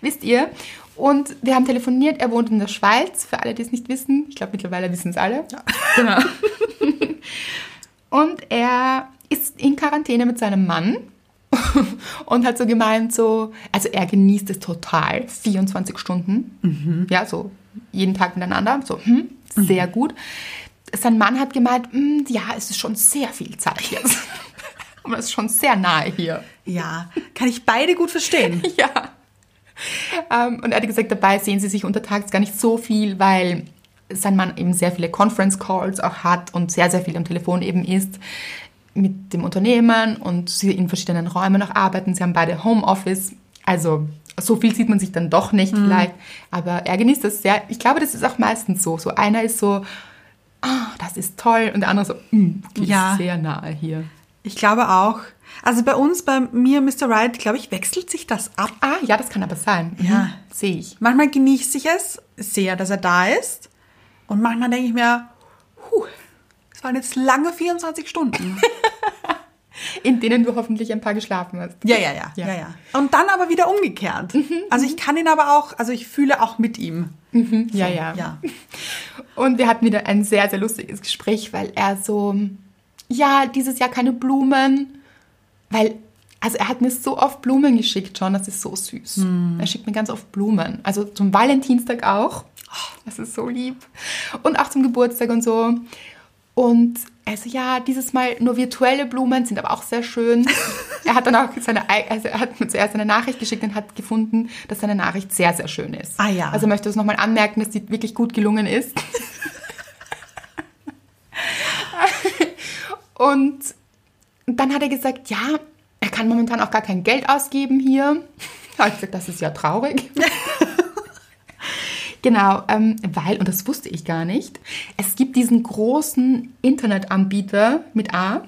wisst ihr. Und wir haben telefoniert, er wohnt in der Schweiz, für alle, die es nicht wissen. Ich glaube, mittlerweile wissen es alle. Genau. Und er ist in Quarantäne mit seinem Mann und hat so gemeint, so, also er genießt es total, 24 Stunden, ja, so jeden Tag miteinander, so, hm, sehr gut. Sein Mann hat gemeint, hm, ja, es ist schon sehr viel Zeit jetzt. Aber es ist schon sehr nahe hier. Ja. Kann ich beide gut verstehen. Ja. Ähm, und er hat gesagt, dabei sehen sie sich untertags gar nicht so viel, weil sein Mann eben sehr viele Conference Calls auch hat und sehr, sehr viel am Telefon eben ist mit dem Unternehmen und sie in verschiedenen Räumen auch arbeiten. Sie haben beide Homeoffice. Also so viel sieht man sich dann doch nicht vielleicht, aber er genießt das sehr. Ich glaube, das ist auch meistens so. So einer ist so, ah, das ist toll und der andere so, mm, okay, Ja. sehr nahe hier. Ich glaube auch. Also bei uns, bei mir, Mr. Right, glaube ich, wechselt sich das ab. Ah, ja, das kann aber sein. Mhm. Ja. Sehe ich. Manchmal genieße ich es sehr, dass er da ist. Und manchmal denke ich mir, huh, es waren jetzt lange 24 Stunden. In denen du hoffentlich ein paar geschlafen hast. ja, ja, ja, Ja. ja, ja, Und dann aber wieder umgekehrt. Also ich kann ihn aber auch, also ich fühle auch mit ihm. Ja, ja, Ja. Und wir hatten wieder ein sehr, sehr lustiges Gespräch, weil er so, ja, dieses Jahr keine Blumen, weil, also er hat mir so oft Blumen geschickt schon, das ist so süß. Hm. Er schickt mir ganz oft Blumen, also zum Valentinstag auch, Oh. das ist so lieb. Und auch zum Geburtstag und so. Und also ja, dieses Mal nur virtuelle Blumen sind aber auch sehr schön. er hat dann auch seine, ei- also er hat mir zuerst eine Nachricht geschickt und hat gefunden, dass seine Nachricht sehr, sehr schön ist. Ah ja. Also möchte es nochmal anmerken, dass die wirklich gut gelungen ist. Und dann hat er gesagt, ja, er kann momentan auch gar kein Geld ausgeben hier. Da habe ich gesagt, das ist ja traurig. genau, ähm, weil, und das wusste ich gar nicht, es gibt diesen großen Internetanbieter mit A,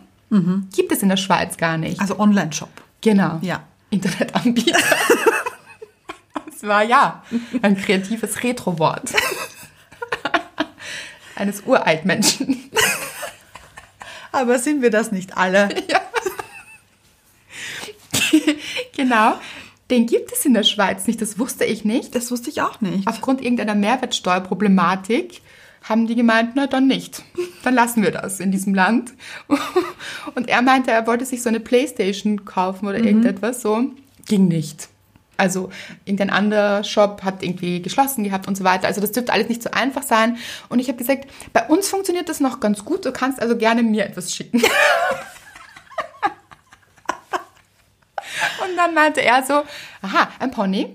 gibt es in der Schweiz gar nicht. Also Online-Shop. Genau. Ja. Internetanbieter. das war ja ein kreatives Retrowort. Eines Uraltmenschen. Aber sind wir das nicht alle? Genau. Den gibt es in der Schweiz nicht, das wusste ich nicht. Das wusste ich auch nicht. Aufgrund irgendeiner Mehrwertsteuerproblematik haben die gemeint, na dann nicht. Dann lassen wir das in diesem Land. Und er meinte, er wollte sich so eine Playstation kaufen oder irgendetwas so. Mhm. Ging nicht. Also irgendein anderer Shop hat irgendwie geschlossen gehabt und so weiter. Also das dürfte alles nicht so einfach sein. Und ich habe gesagt, bei uns funktioniert das noch ganz gut. Du kannst also gerne mir etwas schicken. und dann meinte er so, aha, ein Pony.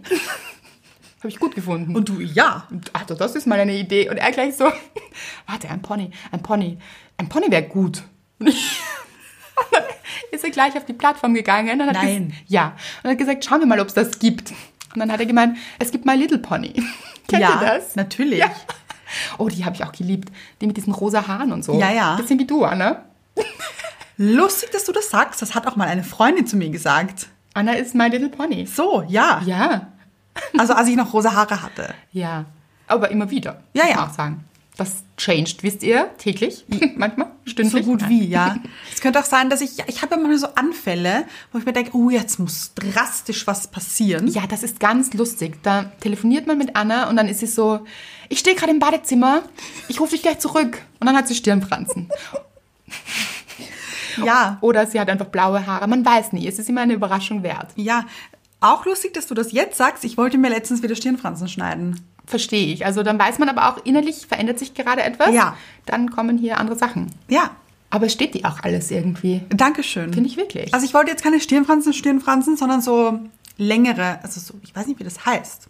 Habe ich gut gefunden. Und du, ja. Und, Ach, das ist mal eine Idee. Und er gleich so, warte, ein Pony, ein Pony, ein Pony wäre gut. Und ich- und dann ist er gleich auf die Plattform gegangen. Und hat Nein. ges- Ja. Und hat gesagt, schauen wir mal, ob es das gibt. Und dann hat er gemeint, es gibt My Little Pony. Kennt ja, ihr das? natürlich. Ja. Oh, die habe ich auch geliebt. Die mit diesen rosa Haaren und so. Ja, ja. Bisschen wie du, Anna. Lustig, dass du das sagst. Das hat auch mal eine Freundin zu mir gesagt. Anna ist My Little Pony. So, ja. Ja. Also als ich noch rosa Haare hatte. Ja. Aber immer wieder. Ja, muss ja. man Auch sagen. Das changed, wisst ihr, täglich, manchmal, So stündlich. gut wie, ja. Es könnte auch sein, dass ich, ja, ich habe ja manchmal so Anfälle, wo ich mir denke, oh, jetzt muss drastisch was passieren. Ja, das ist ganz lustig. Da telefoniert man mit Anna und dann ist sie so, ich stehe gerade im Badezimmer, ich rufe dich gleich zurück. Und dann hat sie Stirnfransen. Ja. Oder sie hat einfach blaue Haare. Man weiß nie, es ist immer eine Überraschung wert. Ja. Auch lustig, dass du das jetzt sagst. Ich wollte mir letztens wieder Stirnfransen schneiden. Verstehe ich. Also dann weiß man aber auch, innerlich verändert sich gerade etwas. Ja. Dann kommen hier andere Sachen. Ja. Aber es steht die auch alles irgendwie. Dankeschön. Finde ich wirklich. Also ich wollte jetzt keine Stirnfransen, Stirnfransen, sondern so längere, also so, ich weiß nicht, wie das heißt.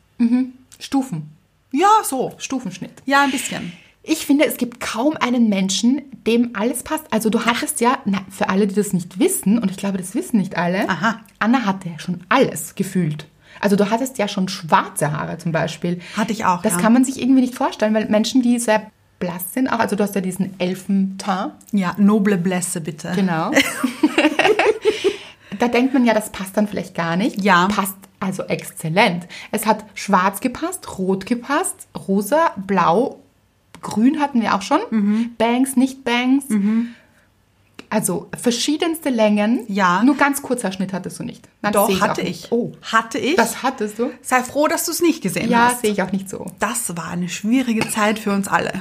Stufen. Ja, so. Stufenschnitt. Ja, ein bisschen. Ich finde, es gibt kaum einen Menschen, dem alles passt. Also du hattest ja, na, für alle, die das nicht wissen, und ich glaube, das wissen nicht alle, Aha. Anna hatte ja schon alles gefühlt. Also du hattest ja schon schwarze Haare zum Beispiel. Hatte ich auch, Das ja. kann man sich irgendwie nicht vorstellen, weil Menschen, die sehr blass sind, auch, also du hast ja diesen Elfenteint, Ja, noble Blässe bitte. genau. da denkt man ja, das passt dann vielleicht gar nicht. Ja. Passt also exzellent. Es hat schwarz gepasst, rot gepasst, rosa, blau, grün hatten wir auch schon. Mhm. Bangs, nicht Bangs. Also verschiedenste Längen. Ja. Nur ganz kurzer Schnitt hattest du nicht. Nein, das Doch, sehe ich hatte auch ich. Nicht. Oh, Hatte ich. das hattest du? Sei froh, dass du es nicht gesehen Ja, hast. sehe ich auch nicht so. Das war eine schwierige Zeit für uns alle.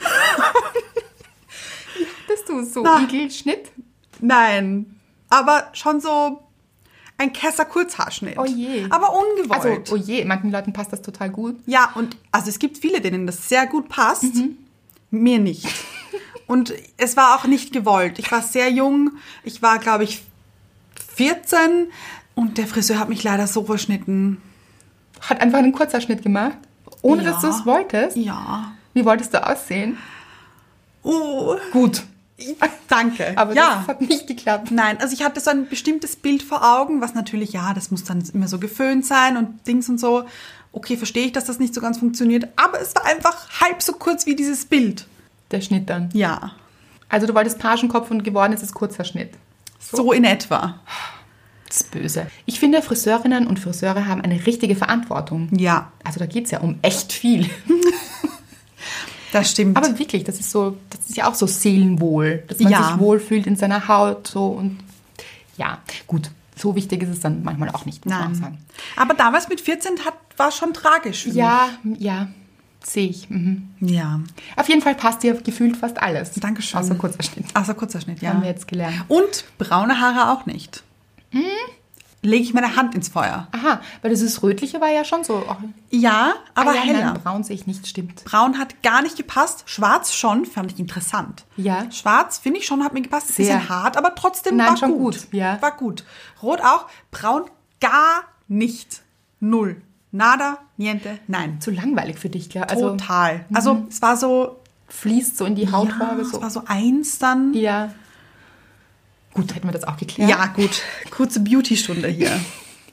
Hattest du so Na. Igelschnitt? Nein, aber schon so ein Kesser-Kurzhaarschnitt. Oh je. Aber ungewollt. Also, oh je, manchen Leuten passt das total gut. Ja, und also es gibt viele, denen das sehr gut passt, Mhm. mir nicht. Und es war auch nicht gewollt. Ich war sehr jung, ich war, glaube ich, 14 und der Friseur hat mich leider so verschnitten. Hat einfach einen kurzer Schnitt gemacht, ohne Ja. dass du es wolltest. Ja. Wie wolltest du aussehen? Oh, Gut. danke. Aber ja. das hat nicht geklappt. Nein, also ich hatte so ein bestimmtes Bild vor Augen, was natürlich, ja, das muss dann immer so geföhnt sein und Dings und so. Okay, verstehe ich, dass das nicht so ganz funktioniert, aber es war einfach halb so kurz wie dieses Bild. Der Schnitt dann. Ja. Also du wolltest Pagenkopf und geworden ist es Kurzverschnitt. So in etwa. Das ist böse. Ich finde, Friseurinnen und Friseure haben eine richtige Verantwortung. Ja, Also da geht es ja um echt viel. das stimmt. Aber wirklich, das ist so, das ist ja auch so Seelenwohl, dass man Ja. sich wohlfühlt in seiner Haut so und ja, gut. So wichtig ist es dann manchmal auch nicht, muss man auch sagen. Nein. Aber damals mit 14 hat, war schon tragisch. für Ja, m- ja, sehe ich. Mhm. mich. Ja. Auf jeden Fall passt dir gefühlt fast alles. Dankeschön. Außer Kurzverschnitt. Also kurzer Schnitt, ja. Haben wir jetzt gelernt. Hm? Und braune Haare auch nicht. Lege ich meine Hand ins Feuer. Aha, weil dieses Rötliche war ja schon so. oh, ach, Ja, aber ah, ja, heller. Nein, braun sehe ich nicht, stimmt. Braun hat gar nicht gepasst. Schwarz schon, fand ich interessant. Ja. Schwarz, finde ich schon, hat mir gepasst. Ist Sehr. Bisschen hart, aber trotzdem Nein, war schon gut. gut, ja. War gut. Rot auch. Braun gar nicht. Null. Nada, niente, nein. Zu langweilig für dich, klar. Also Total. Also es war so, fließt so in die ja, Hautfarbe es so. war so eins dann. Ja. Gut, hätten wir das auch geklärt. Ja, gut. Kurze Beauty-Stunde hier.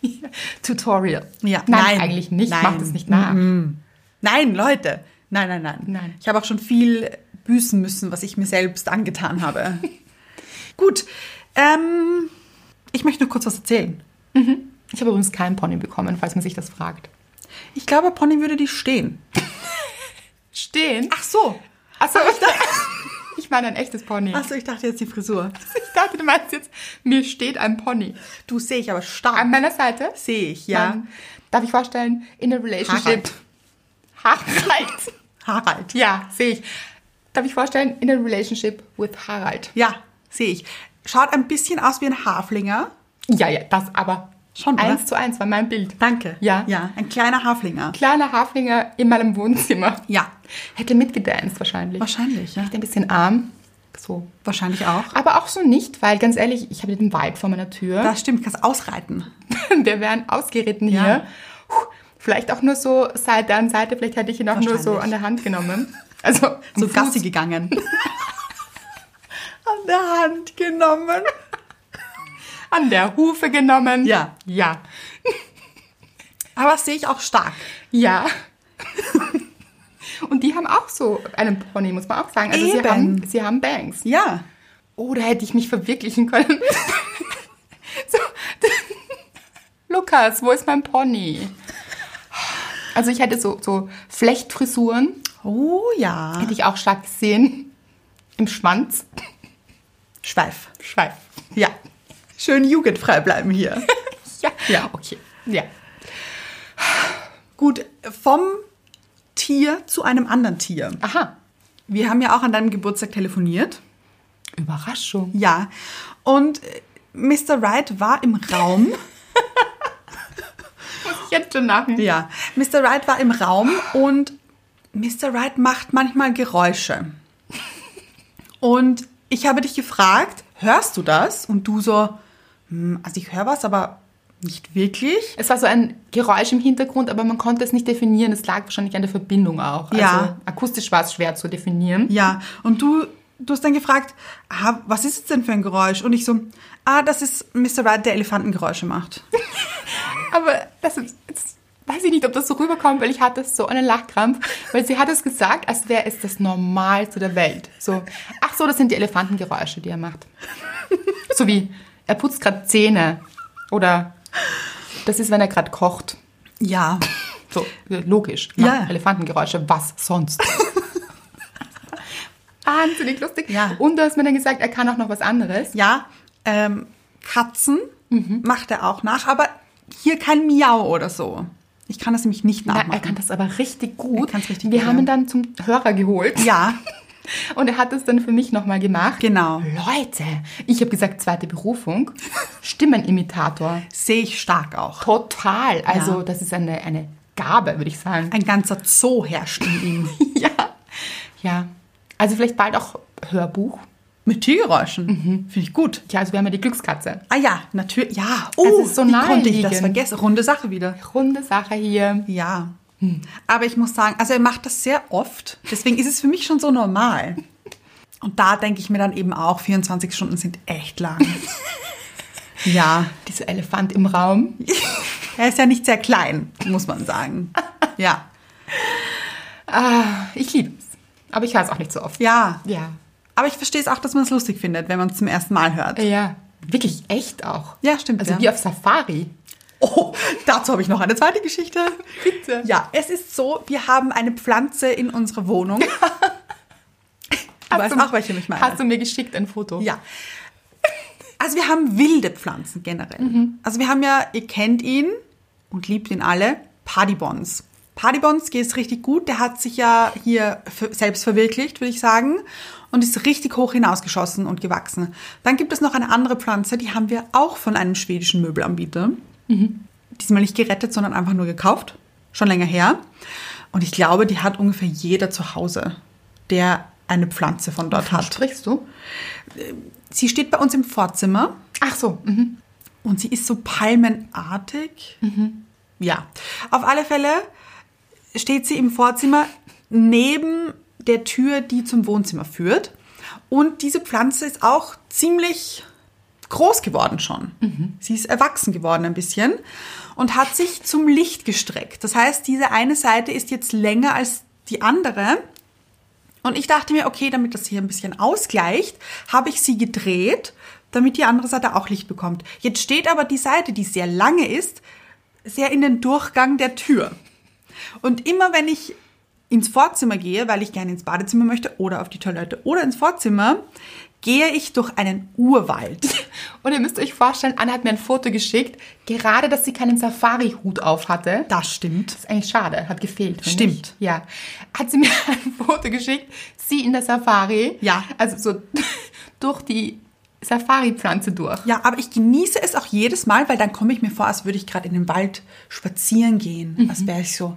Tutorial. Ja. Nein, Nein. eigentlich nicht. Nein. Mhm. Macht es nicht nach. Nein, Leute. Nein, nein, nein. Nein. Ich habe auch schon viel büßen müssen, was ich mir selbst angetan habe. Gut. Ähm, ich möchte nur kurz was erzählen. Ich habe übrigens keinen Pony bekommen, falls man sich das fragt. Ich glaube, Pony würde die stehen. Stehen? Ach so. Achso, ich, dachte- ich meine ein echtes Pony. Ach so, ich dachte jetzt die Frisur. Ich dachte, du meinst jetzt, mir steht ein Pony. Du sehe ich aber stark. An meiner Seite? sehe ich, ja. Mann. Darf ich vorstellen, in a relationship. Harald. Harald. Ja, sehe ich. Darf ich vorstellen, in a relationship with Harald. Ja, sehe ich. Schaut ein bisschen aus wie ein Haflinger. Ja, ja, das aber. Schon, oder? Eins zu eins war mein Bild. Danke. Ja. Ja, ein kleiner Haflinger. Kleiner Haflinger in meinem Wohnzimmer. Ja. Hätte mitgedanced wahrscheinlich. Wahrscheinlich, ja. Vielleicht ein bisschen arm. So. Wahrscheinlich auch. Aber auch so nicht, weil ganz ehrlich, ich habe den Wald vor meiner Tür. Das stimmt, kannst ausreiten. Wir wären ausgeritten Ja. hier. Puh, Vielleicht auch nur so Seite an Seite, vielleicht hätte ich ihn auch nur so Wahrscheinlich. an der Hand genommen. Also am So Fuß. Gassi gegangen. An der Hand genommen. an der Hufe genommen. Ja. Ja. Aber sehe ich auch stark. Ja. Und die haben auch so einen Pony, muss man auch sagen. Also sie Eben. haben, sie haben Bangs. Ja. Oh, da hätte ich mich verwirklichen können. so. Lukas, wo ist mein Pony? Also ich hätte so, so Flechtfrisuren, Oh ja. hätte ich auch stark gesehen. Im Schwanz. Schweif. Scheif. Ja. Schön jugendfrei bleiben hier. Ja. Ja. okay. Ja. Gut, vom Tier zu einem anderen Tier. Aha. Wir haben ja auch an deinem Geburtstag telefoniert. Überraschung. Ja. Und äh, Mr. Wright war im Raum. Ich hätte schon lachen. ja. Mr. Wright war im Raum und Mr. Wright macht manchmal Geräusche. Und ich habe dich gefragt, hörst du das? Und du so, "Hm, also ich höre was, aber nicht wirklich. Es war so ein Geräusch im Hintergrund, aber man konnte es nicht definieren. Es lag wahrscheinlich an der Verbindung auch. Also Ja. akustisch war es schwer zu definieren. Ja, und du, du hast dann gefragt, ah, was ist es denn für ein Geräusch? Und ich so, ah, das ist Mr. Wright, der Elefantengeräusche macht. Aber das ist, jetzt weiß ich nicht, ob das so rüberkommt, weil ich hatte so einen Lachkrampf, weil sie hat es gesagt, als wäre es das Normalste der Welt. So, ach so, das sind die Elefantengeräusche, die er macht. So wie, er putzt gerade Zähne oder das ist, wenn er gerade kocht. Ja. So, logisch. Ja. Macht Elefantengeräusche, was sonst? Wahnsinnig lustig. Ja. Und du hast mir dann gesagt, er kann auch noch was anderes. Ja, ähm, Katzen Mhm. macht er auch nach, aber hier kein Miau oder so. Ich kann das nämlich nicht Na, nachmachen. er kann das aber richtig gut. Er kann's richtig Wir gut, haben ja. ihn dann zum Hörer geholt. ja, Und er hat es dann für mich nochmal gemacht. Genau. Leute, ich habe gesagt, zweite Berufung, Stimmenimitator. sehe ich stark auch. Total. Also Ja. das ist eine, eine Gabe, würde ich sagen. Ein ganzer Zoo herrscht in ihm. ja. Ja. Also vielleicht bald auch Hörbuch. Mit Tiergeräuschen. Finde ich gut. Ja, also wir haben ja die Glückskatze. Ah ja, natürlich. Ja. Das Oh, ist so wie konnte ich naheliegend. das vergessen? Runde Sache wieder. Runde Sache hier. Ja. Aber ich muss sagen, also er macht das sehr oft. Deswegen ist es für mich schon so normal. Und da denke ich mir dann eben auch, 24 Stunden sind echt lang. ja. Dieser Elefant im Raum. Er ist ja nicht sehr klein, muss man sagen. Ja, Ich liebe es. Aber ich höre es auch nicht so oft. ja. Ja. Aber ich verstehe es auch, dass man es lustig findet, wenn man es zum ersten Mal hört. Äh, Ja, wirklich echt auch. Ja, stimmt, Also ja. wie auf Safari. Oh, dazu habe ich noch eine zweite Geschichte. Bitte. Ja, es ist so, wir haben eine Pflanze in unserer Wohnung. Du weißt auch, welche ich meine. Hast du mir geschickt ein Foto? Ja. Also wir haben wilde Pflanzen generell. Also wir haben ja, ihr kennt ihn und liebt ihn alle, Partybons. Partybons geht es richtig gut. Der hat sich ja hier f- selbst verwirklicht, würde ich sagen, und ist richtig hoch hinausgeschossen und gewachsen. Dann gibt es noch eine andere Pflanze, die haben wir auch von einem schwedischen Möbelanbieter. Diesmal nicht gerettet, sondern einfach nur gekauft. Schon länger her. Und ich glaube, die hat ungefähr jeder zu Hause, der eine Pflanze von dort Wovon hat. Sprichst du? Sie steht bei uns im Vorzimmer Ach so. Mhm. und sie ist so palmenartig. Ja. Auf alle Fälle steht sie im Vorzimmer neben der Tür, die zum Wohnzimmer führt. Und diese Pflanze ist auch ziemlich groß geworden schon. Sie ist erwachsen geworden ein bisschen und hat sich zum Licht gestreckt. Das heißt, diese eine Seite ist jetzt länger als die andere. Und ich dachte mir, okay, damit das hier ein bisschen ausgleicht, habe ich sie gedreht, damit die andere Seite auch Licht bekommt. Jetzt steht aber die Seite, die sehr lange ist, sehr in den Durchgang der Tür. Und immer wenn ich ins Vorzimmer gehe, weil ich gerne ins Badezimmer möchte oder auf die Toilette oder ins Vorzimmer, gehe ich durch einen Urwald. Und ihr müsst euch vorstellen, Anna hat mir ein Foto geschickt, gerade, dass sie keinen Safari-Hut auf hatte. Das stimmt. ist eigentlich schade, hat gefehlt. finde Stimmt. Ich. Ja. Hat sie mir ein Foto geschickt, sie in der Safari. Ja. Also so durch die Safari-Pflanze durch. Ja, aber ich genieße es auch jedes Mal, weil dann komme ich mir vor, als würde ich gerade in den Wald spazieren gehen. Als wäre ich so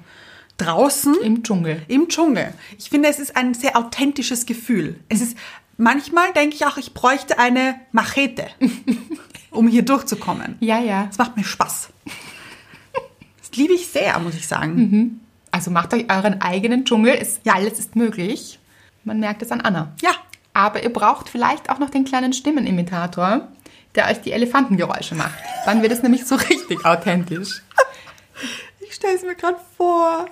draußen Im Dschungel. im Dschungel. Ich finde, es ist ein sehr authentisches Gefühl. Es ist, manchmal denke ich auch, ich bräuchte eine Machete, um hier durchzukommen. Ja, ja. Das macht mir Spaß. Das liebe ich sehr, muss ich sagen. Also macht euch euren eigenen Dschungel. Es, Ja. Alles ist möglich. Man merkt es an Anna. Ja. Aber ihr braucht vielleicht auch noch den kleinen Stimmenimitator, der euch die Elefantengeräusche macht. Dann wird es nämlich so richtig authentisch. Ich stelle es mir gerade vor.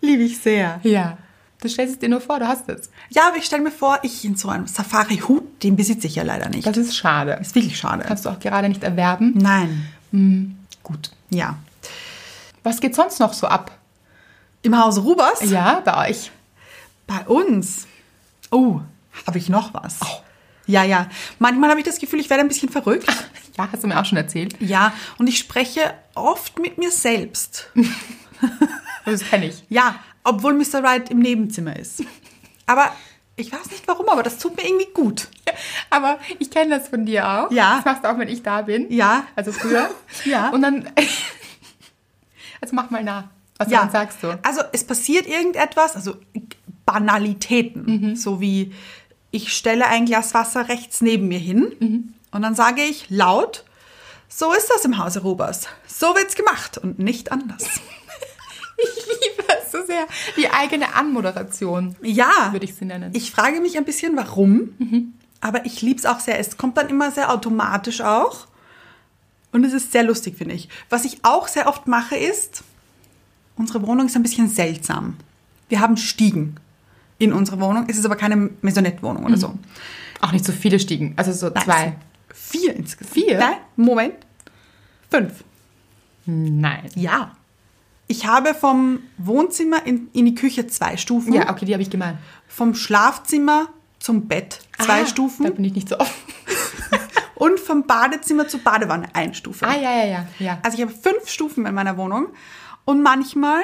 liebe ich sehr. Ja. Du stellst es dir nur vor, du hast es. Ja, aber ich stelle mir vor, ich in so einem Safari-Hut, den besitze ich ja leider nicht. Das ist schade. ist wirklich schade. Kannst du auch gerade nicht erwerben. Nein. Mhm. Gut. Ja. Was geht sonst noch so ab? Im Hause Rubers? Ja, bei euch. Bei uns? Oh, habe ich noch was? Ja, ja. Manchmal habe ich das Gefühl, ich werde ein bisschen verrückt. Ja, hast du mir auch schon erzählt. Ja, und ich spreche oft mit mir selbst. Das kenne ich. Ja, obwohl Mr. Wright im Nebenzimmer ist. Aber ich weiß nicht warum, aber das tut mir irgendwie gut. Aber ich kenne das von dir auch. Ja. Das machst du auch, wenn ich da bin. Ja. Also früher. Ja. Und dann. Also mach mal nach. Was ja. dann sagst du? Also es passiert irgendetwas, also Mhm. Banalitäten, so wie ich stelle ein Glas Wasser rechts neben mir hin Mhm. und dann sage ich laut, so ist das im Hause Rubers. So wird's gemacht und nicht anders. Ich liebe es so sehr. Die eigene Anmoderation. Ja. Würde ich sie nennen. Mhm. Ich frage mich ein bisschen, warum, aber ich lieb's auch sehr. Es kommt dann immer sehr automatisch auch. Und es ist sehr lustig, finde ich. Was ich auch sehr oft mache, ist, unsere Wohnung ist ein bisschen seltsam. Wir haben Stiegen in unserer Wohnung. Es ist aber keine Maisonette-Wohnung oder so. Auch nicht so viele Stiegen. Also so Nein, Mhm. zwei. es sind Vier insgesamt. Vier? Nein, Moment. Fünf. Nein. Ja. Ich habe vom Wohnzimmer in, in die Küche zwei Stufen. Ja, okay, die habe ich gemeint. Vom Schlafzimmer zum Bett zwei Ah, Stufen. Da bin ich nicht so offen. und vom Badezimmer zur Badewanne eine Stufe. Ah, ja, ja, ja. ja. Also ich habe fünf Stufen in meiner Wohnung und manchmal,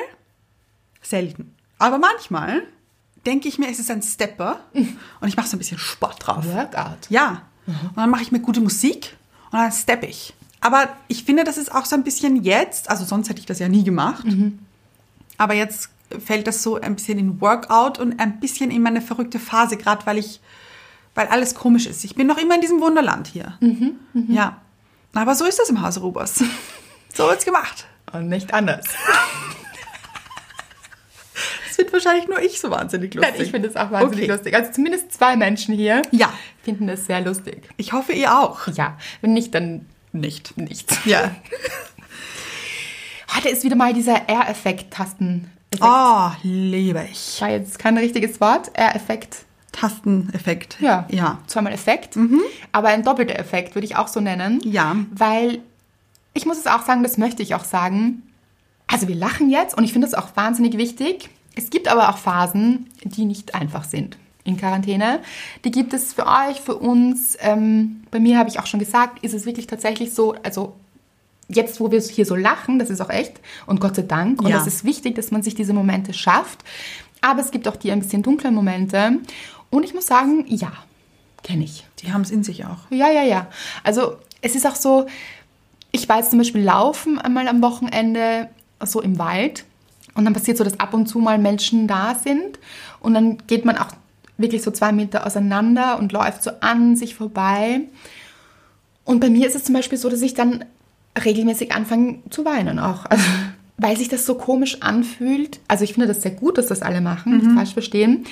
selten, aber manchmal denke ich mir, es ist ein Stepper Mhm. und ich mache so ein bisschen Sport drauf. Also Workout. Ja. Und dann mache ich mir gute Musik und dann steppe ich. Aber ich finde, das ist auch so ein bisschen jetzt, also sonst hätte ich das ja nie gemacht, aber jetzt fällt das so ein bisschen in Workout und ein bisschen in meine verrückte Phase, gerade weil ich, weil alles komisch ist. Ich bin noch immer in diesem Wunderland hier. Ja. Aber so ist das im Hause Rubers. so wird's gemacht. Und nicht anders. Es wird wahrscheinlich nur ich so wahnsinnig lustig. Nein, ich finde es auch wahnsinnig Okay. lustig. Also zumindest zwei Menschen hier Ja. finden das sehr lustig. Ich hoffe, ihr auch. Ja, wenn nicht, dann Nicht. nichts. Ja. Heute ist wieder mal dieser Also R-Effekt-Tasten. Oh, liebe ich. War jetzt kein richtiges Wort. R-Effekt. Tasteneffekt. Ja. Ja. Mhm. Zweimal Effekt, aber ein doppelter Effekt würde ich auch so nennen. Ja. Weil ich muss es auch sagen, das möchte ich auch sagen. Also wir lachen jetzt und ich finde das auch wahnsinnig wichtig. Es gibt aber auch Phasen, die nicht einfach sind in Quarantäne. Die gibt es für euch, für uns. Ähm, bei mir habe ich auch schon gesagt, ist es wirklich tatsächlich so, also jetzt, wo wir hier so lachen, das ist auch echt und Gott sei Dank und Ja. das ist wichtig, dass man sich diese Momente schafft. Aber es gibt auch die ein bisschen dunklen Momente und ich muss sagen, ja, kenne ich. Die haben es in sich auch. Ja, ja, ja. Also es ist auch so, ich war jetzt zum Beispiel laufen einmal am Wochenende, so im Wald. Und dann passiert so, dass ab und zu mal Menschen da sind. Und dann geht man auch wirklich so zwei Meter auseinander und läuft so an sich vorbei. Und bei mir ist es zum Beispiel so, dass ich dann regelmäßig anfange zu weinen auch. Also, weil sich das so komisch anfühlt. Also ich finde das sehr gut, dass das alle machen, nicht falsch verstehen.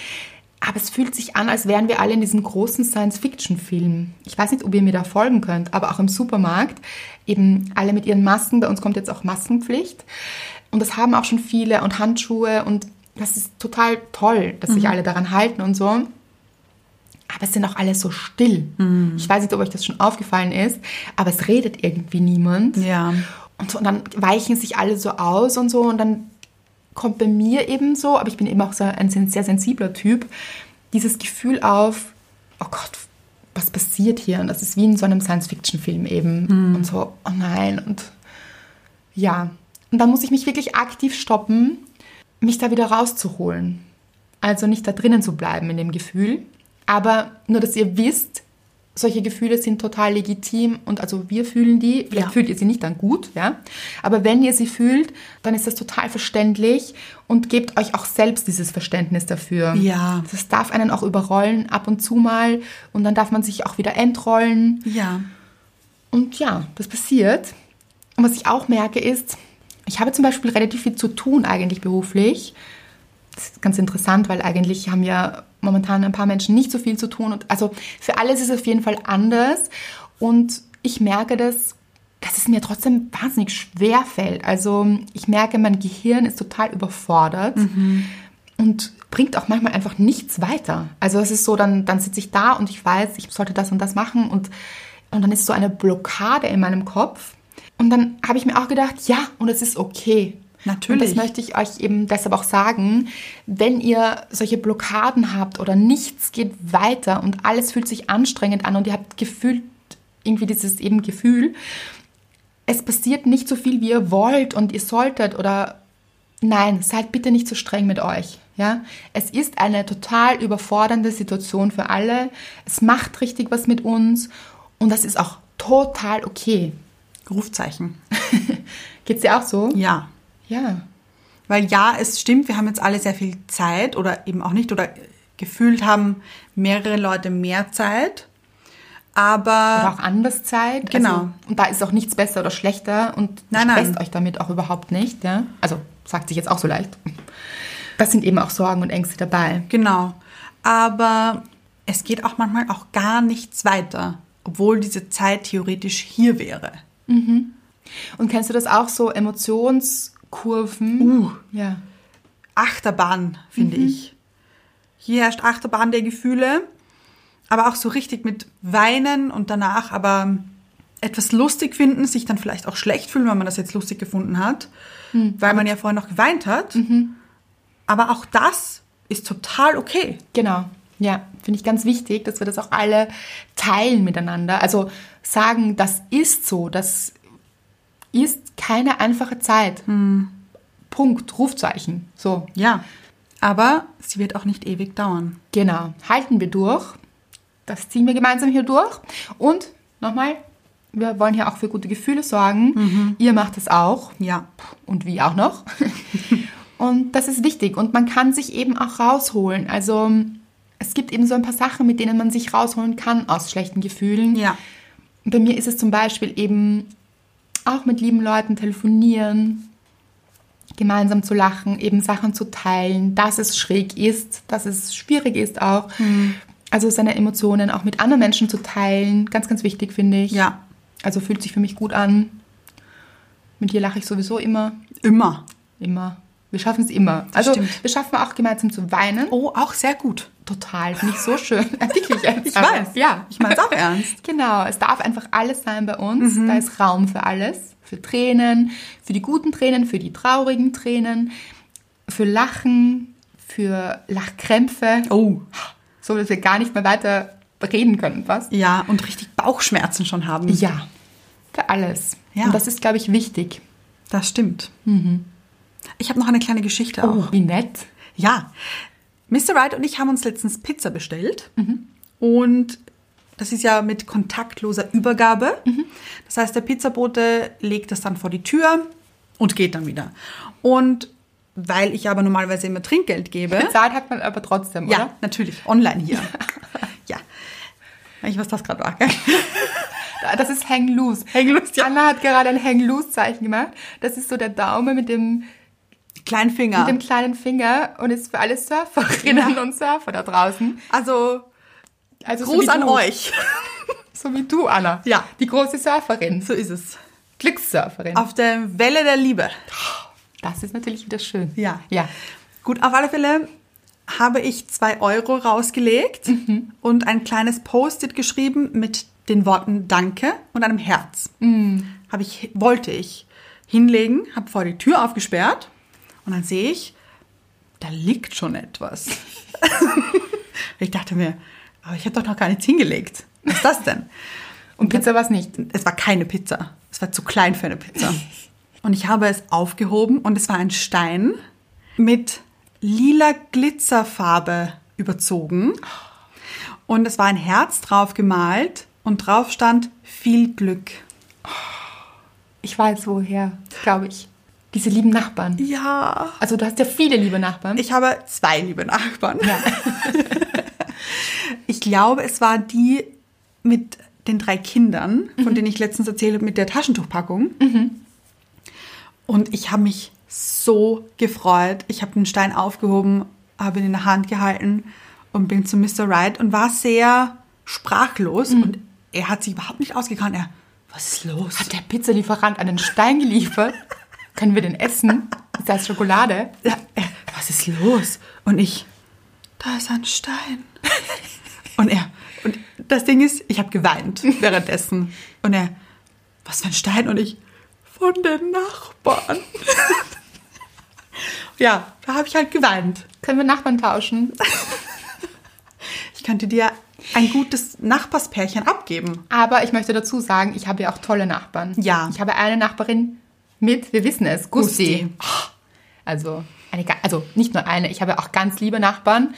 Aber es fühlt sich an, als wären wir alle in diesem großen Science-Fiction-Film. Ich weiß nicht, ob ihr mir da folgen könnt, aber auch im Supermarkt. Eben alle mit ihren Masken. Bei uns kommt jetzt auch Maskenpflicht. Und das haben auch schon viele und Handschuhe. Und das ist total toll, dass sich alle daran halten und so. Aber es sind auch alle so still. Ich weiß nicht, ob euch das schon aufgefallen ist, aber es redet irgendwie niemand. Ja. Und, so, und dann weichen sich alle so aus und so. Und dann kommt bei mir eben so, aber ich bin eben auch so ein sen- sehr sensibler Typ, dieses Gefühl auf, oh Gott, was passiert hier? Und das ist wie in so einem Science-Fiction-Film eben. Und so, oh nein. Und ja. Und dann muss ich mich wirklich aktiv stoppen, mich da wieder rauszuholen. Also nicht da drinnen zu bleiben in dem Gefühl. Aber nur, dass ihr wisst, solche Gefühle sind total legitim und also wir fühlen die. Vielleicht Ja. fühlt ihr sie nicht dann gut, ja. Aber wenn ihr sie fühlt, dann ist das total verständlich und gebt euch auch selbst dieses Verständnis dafür. Ja. Das darf einen auch überrollen ab und zu mal und dann darf man sich auch wieder entrollen. Ja. Und ja, das passiert. Und was ich auch merke ist, ich habe zum Beispiel relativ viel zu tun eigentlich beruflich. Das ist ganz interessant, weil eigentlich haben ja momentan ein paar Menschen nicht so viel zu tun. Und also für alles ist es auf jeden Fall anders. Und ich merke das, dass es mir trotzdem wahnsinnig schwer fällt. Also ich merke, mein Gehirn ist total überfordert und bringt auch manchmal einfach nichts weiter. Also es ist so, dann, dann sitze ich da und ich weiß, ich sollte das und das machen und, und dann ist so eine Blockade in meinem Kopf. Und dann habe ich mir auch gedacht, ja, und es ist okay. Natürlich. Und das möchte ich euch eben deshalb auch sagen, wenn ihr solche Blockaden habt oder nichts geht weiter und alles fühlt sich anstrengend an und ihr habt gefühlt, irgendwie dieses eben Gefühl, es passiert nicht so viel, wie ihr wollt und ihr solltet oder nein, seid bitte nicht so streng mit euch. Ja, es ist eine total überfordernde Situation für alle. Es macht richtig was mit uns und das ist auch total okay. Rufzeichen. Geht's dir auch so? Ja. Ja. Weil ja, es stimmt, wir haben jetzt alle sehr viel Zeit oder eben auch nicht oder gefühlt haben mehrere Leute mehr Zeit. Oder Aber auch anders Zeit. Genau. Also, und da ist auch nichts besser oder schlechter und Nein, nein. stresst euch damit auch überhaupt nicht. Ja? Also sagt sich jetzt auch so leicht. Das sind eben auch Sorgen und Ängste dabei. genau. Aber es geht auch manchmal auch gar nichts weiter, obwohl diese Zeit theoretisch hier wäre. Und kennst du das auch so? Emotionskurven. Uh. Ja. Achterbahn, finde Mhm. ich. Hier herrscht Achterbahn der Gefühle, aber auch so richtig mit Weinen und danach aber etwas lustig finden, sich dann vielleicht auch schlecht fühlen, weil man das jetzt lustig gefunden hat, Mhm. weil man ja vorher noch geweint hat. Aber auch das ist total okay. Genau. Ja, finde ich ganz wichtig, dass wir das auch alle teilen miteinander. Also sagen, das ist so, das ist keine einfache Zeit. Punkt, Rufzeichen. So, Ja. Aber sie wird auch nicht ewig dauern. genau. Halten wir durch. Das ziehen wir gemeinsam hier durch. Und nochmal, wir wollen hier auch für gute Gefühle sorgen. Ihr macht es auch. Ja. und wie auch noch. und das ist wichtig und man kann sich eben auch rausholen. Also es gibt eben so ein paar Sachen, mit denen man sich rausholen kann aus schlechten Gefühlen. Ja. Bei mir ist es zum Beispiel eben auch mit lieben Leuten telefonieren, gemeinsam zu lachen, eben Sachen zu teilen, dass es schräg ist, dass es schwierig ist auch. Hm. Also seine Emotionen auch mit anderen Menschen zu teilen, ganz, ganz wichtig finde ich. Ja. Also fühlt sich für mich gut an. Mit dir lache ich sowieso immer. Immer. Immer. Wir schaffen es immer. also stimmt. wir schaffen auch gemeinsam zu weinen. Oh, auch sehr gut. total, finde ich so schön. Wirklich jetzt. Ich weiß. Ja. Ich meine es auch ernst. Genau, es darf einfach alles sein bei uns. Mhm. Da ist Raum für alles. Für Tränen, für die guten Tränen, für die traurigen Tränen, für Lachen, für Lachkrämpfe. Oh. So, dass wir gar nicht mehr weiter reden können, was? Ja, und richtig Bauchschmerzen schon haben. Ja, für alles. Ja. Und das ist, glaube ich, wichtig. Das stimmt. Mhm. Ich habe noch eine kleine Geschichte auch. Wie nett. Ja, Mr. Wright und ich haben uns letztens Pizza bestellt. Mhm. Und das ist ja mit kontaktloser Übergabe. Mhm. Das heißt, der Pizzabote legt das dann vor die Tür und geht dann wieder. Und weil ich aber normalerweise immer Trinkgeld gebe. Bezahlt hat man aber trotzdem, ja, oder? natürlich, online hier. ja. Ich weiß, das gerade war. Gell? Das ist Hang Loose. Hang loose, ja. Anna hat gerade ein Hang Loose-Zeichen gemacht. Das ist so der Daumen mit dem, Kleinfinger. mit dem kleinen Finger und ist für alle Surferinnen und Surfer da draußen. also, Also so Gruß wie an du. euch. So wie du, Anna. Ja. Die große Surferin. So ist es. Glückssurferin. Auf der Welle der Liebe. Das ist natürlich wieder schön. Ja. Ja. Gut, auf alle Fälle habe ich zwei Euro rausgelegt und ein kleines Post-it geschrieben mit den Worten Danke und einem Herz. Habe ich, wollte ich hinlegen, habe vor die Tür aufgesperrt und dann sehe ich, da liegt schon etwas. ich dachte mir, aber ich habe doch noch gar nichts hingelegt. Was ist das denn? Und Pizza war es nicht. es war keine Pizza. Es war zu klein für eine Pizza. Und ich habe es aufgehoben und es war ein Stein mit lila Glitzerfarbe überzogen. Und es war ein Herz drauf gemalt und drauf stand viel Glück. Ich weiß woher, glaube ich. Diese lieben Nachbarn. Ja. Also du hast ja viele liebe Nachbarn. Ich habe zwei liebe Nachbarn. Ja. Ich glaube, es war die mit den drei Kindern, Mhm. von denen ich letztens erzählt habe, mit der Taschentuchpackung. Und ich habe mich so gefreut. Ich habe den Stein aufgehoben, habe ihn in der Hand gehalten und bin zu Mr. Wright und war sehr sprachlos. Mhm. Und er hat sich überhaupt nicht ausgekannt. Er, was ist los? Hat der Pizzalieferant einen Stein geliefert? Können wir den essen? Ist das Schokolade? Ja, er, was ist los? Und ich, da ist ein Stein. Und er, und das Ding ist, ich habe geweint währenddessen. Und er, was für ein Stein? Und ich, von den Nachbarn. ja, da habe ich halt geweint. Können wir Nachbarn tauschen? Ich könnte dir ein gutes Nachbarspärchen abgeben. Aber ich möchte dazu sagen, ich habe ja auch tolle Nachbarn. Ja. Ich habe eine Nachbarin mit, wir wissen es, Gusti. Gusti. Also, eine, ga- also nicht nur eine, ich habe auch ganz liebe Nachbarn,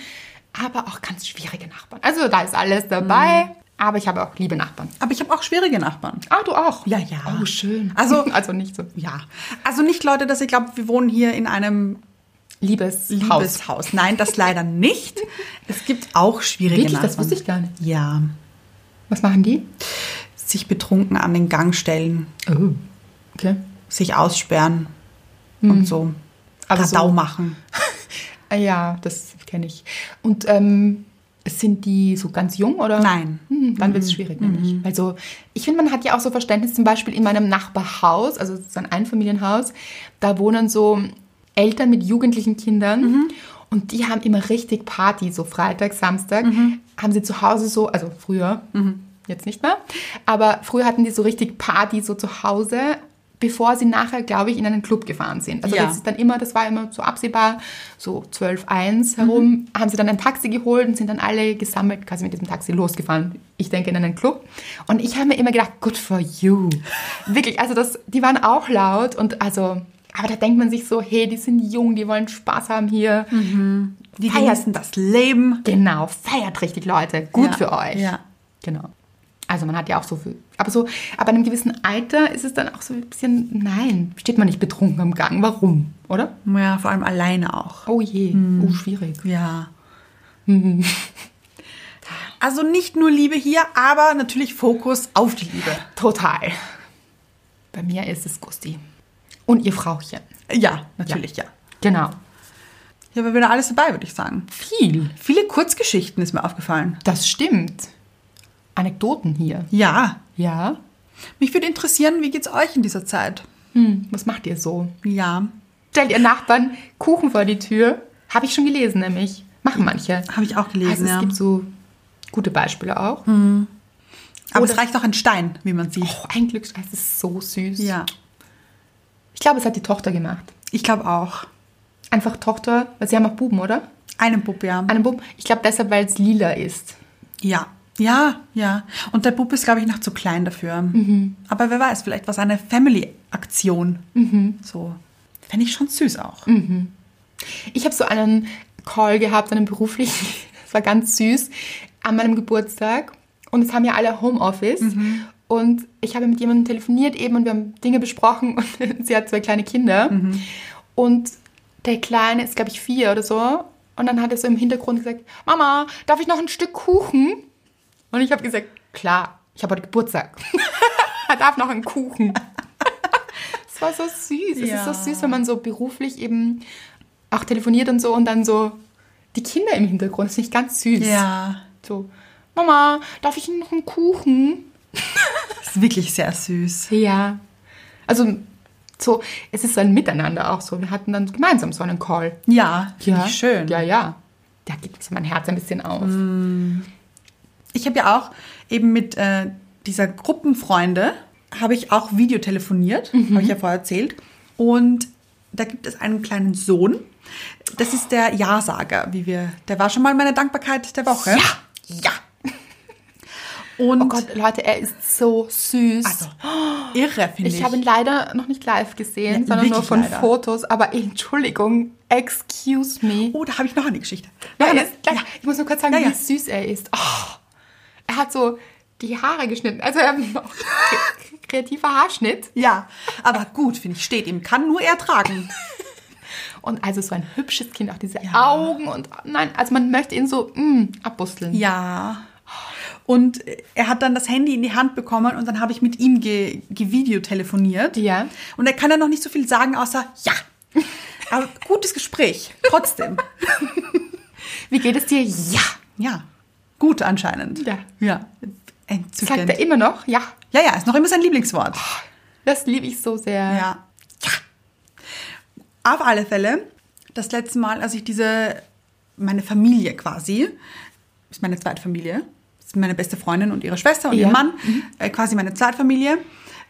aber auch ganz schwierige Nachbarn. Also da ist alles Mhm. dabei, aber ich habe auch liebe Nachbarn. Aber ich habe auch schwierige Nachbarn. Ah, du auch? Ja, ja. Oh, schön. Also- also nicht so. Ja, also nicht Leute, dass ihr glaubt, wir wohnen hier in einem Liebes, Haus. Liebeshaus. Nein, das leider nicht. Es gibt auch schwierige Wirklich, Nachbarn. das wusste ich gar nicht. Ja, Was machen die? sich betrunken an den Gang stellen, Oh, okay. sich aussperren und so. Mhm. Aber Radau so- machen. Ah, ja, das kenne ich. Und ähm, sind die so ganz jung oder? Nein. Mhm. Hm, dann wird es schwierig, nämlich. Also ich finde, man hat ja auch so Verständnis, zum Beispiel in meinem Nachbarhaus, also so ein Einfamilienhaus, da wohnen so Eltern mit jugendlichen Kindern Mhm. und die haben immer richtig Party, so Freitag, Samstag, Mhm. haben sie zu Hause so, also früher, jetzt nicht mehr, aber früher hatten die so richtig Party so zu Hause, bevor sie nachher, glaube ich, in einen Club gefahren sind. Also Ja. das ist dann immer, das war immer so absehbar, so 12, 1 herum, Mhm. haben sie dann ein Taxi geholt und sind dann alle gesammelt quasi mit diesem Taxi losgefahren. Ich denke in einen Club. Und ich habe mir immer gedacht, good for you. Wirklich, also das, die waren auch laut und also, aber da denkt man sich so, hey, die sind jung, die wollen Spaß haben hier. Mhm. Die Feiern. genießen das Leben. Genau, feiert richtig, Leute. Gut Ja, für euch. ja. Genau. Also man hat ja auch so viel. Aber so, aber in einem gewissen Alter ist es dann auch so ein bisschen, nein, steht man nicht betrunken am Gang. Warum? Oder? Ja, vor allem alleine auch. Oh je, Hm. oh schwierig. Ja. Mhm. Also nicht nur Liebe hier, aber natürlich Fokus auf die Liebe. Total. Bei mir ist es Gusti. Und ihr Frauchen. Ja, natürlich, ja. Genau. Hier haben wir wieder alles dabei, würde ich sagen. Viel. Viele Kurzgeschichten ist mir aufgefallen. Das stimmt. Anekdoten hier. Ja. Ja. Mich würde interessieren, wie geht's euch in dieser Zeit? Hm, was macht ihr so? Ja. Stellt ihr Nachbarn Kuchen vor die Tür? Habe ich schon gelesen, nämlich. Machen manche. Habe ich auch gelesen, Also es ja. Hm. gibt so gute Beispiele auch. Aber Oder- es reicht auch ein Stein, wie man sieht. Oh, ein Glücksglas ist so süß. Ja, Ich glaube, es hat die Tochter gemacht. ich glaube auch. Einfach Tochter, weil sie haben auch Buben, oder? Einen Bub, ja. Einen Buben. Ich glaube deshalb, weil es lila ist. Ja, ja, ja. Und der Bub ist, glaube ich, noch zu klein dafür. Aber wer weiß, vielleicht war es eine Family-Aktion. So. Fände ich schon süß auch. Ich habe so einen Call gehabt, einen beruflichen. Das war ganz süß. An meinem Geburtstag. Und es haben ja alle Homeoffice. Und ich habe mit jemandem telefoniert eben und wir haben Dinge besprochen. Und sie hat zwei kleine Kinder. Und der Kleine ist, glaube ich, vier oder so. Und dann hat er so im Hintergrund gesagt, Mama, darf ich noch ein Stück Kuchen? Und ich habe gesagt, klar, ich habe heute Geburtstag. er darf noch einen Kuchen. Es war so süß. Es Ja. ist so süß, wenn man so beruflich eben auch telefoniert und so und dann so die Kinder im Hintergrund. Das finde ich ganz süß. Ja, So, Mama, darf ich noch einen Kuchen? ist wirklich sehr süß. Ja. Also, so, es ist so ein Miteinander auch so. Wir hatten dann gemeinsam so einen Call. Ja, Mhm. finde ich schön. Ja, ja. Da gibt es mein Herz ein bisschen auf. Ich habe ja auch eben mit äh, dieser Gruppenfreunde, habe ich auch Video telefoniert, habe ich ja vorher erzählt. Und da gibt es einen kleinen Sohn. Das ist der Ja-Sager, wie wir. Der war schon mal meine Dankbarkeit der Woche. Ja. Und Oh Gott, Leute, er ist so süß. also, irre, finde ich. ich habe ihn leider noch nicht live gesehen, Ja, sondern nur wirklich von leider. Fotos. Aber Entschuldigung, excuse me. Oh, da habe ich noch eine Geschichte. Ja, Nein, er ist, gleich, ja. Ich muss nur kurz sagen, Ja, ja. wie süß er ist. Oh, er hat so die Haare geschnitten. Also er kreativer Haarschnitt. ja, aber gut, finde ich, steht ihm. Kann nur er tragen. Und also so ein hübsches Kind, auch diese Ja. Augen und nein, also man möchte ihn so mm, abbusteln. Ja. Und er hat dann das Handy in die Hand bekommen und dann habe ich mit ihm ge gevideo telefoniert. Ja. Und er kann dann noch nicht so viel sagen, außer ja. Aber gutes Gespräch, trotzdem. Wie geht es dir? Ja. ja. Gut anscheinend. Ja. Ja. Sagt Entzückend. er immer noch? Ja. Ja, ja, ist noch immer sein Lieblingswort. Das liebe ich so sehr. Ja. Auf alle Fälle, das letzte Mal, als ich diese, meine Familie quasi, ist meine Zweitfamilie, ist meine beste Freundin und ihre Schwester und Ja. ihr Mann, äh, quasi meine Zweitfamilie,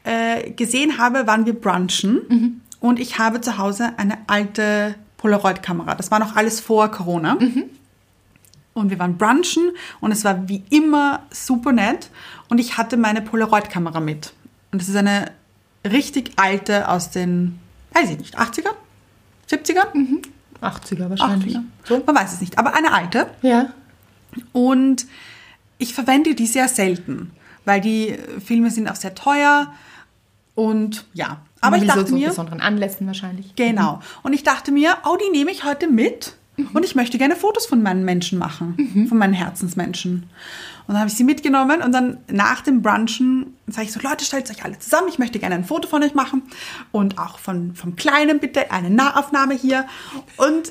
äh, gesehen habe, waren wir brunchen. Und ich habe zu Hause eine alte Polaroid-Kamera. Das war noch alles vor Corona. Und wir waren brunchen und es war wie immer super nett. Und ich hatte meine Polaroid-Kamera mit. Und das ist eine richtig alte aus den, weiß ich nicht, 80ern? 70ern? 80er 80ern. Man weiß es nicht, aber eine alte. Ja. Und ich verwende die sehr selten, weil die Filme sind auch sehr teuer. Und ja, aber ich Sowieso dachte zu mir, besonderen Anlässen wahrscheinlich. Genau. Und ich dachte mir, oh, die nehme ich heute mit. Und ich möchte gerne Fotos von meinen Menschen machen, von meinen Herzensmenschen. Und dann habe ich sie mitgenommen und dann nach dem Brunchen sage ich so, Leute, stellt euch alle zusammen, ich möchte gerne ein Foto von euch machen. Und auch von, vom Kleinen bitte, eine Nahaufnahme hier. Und,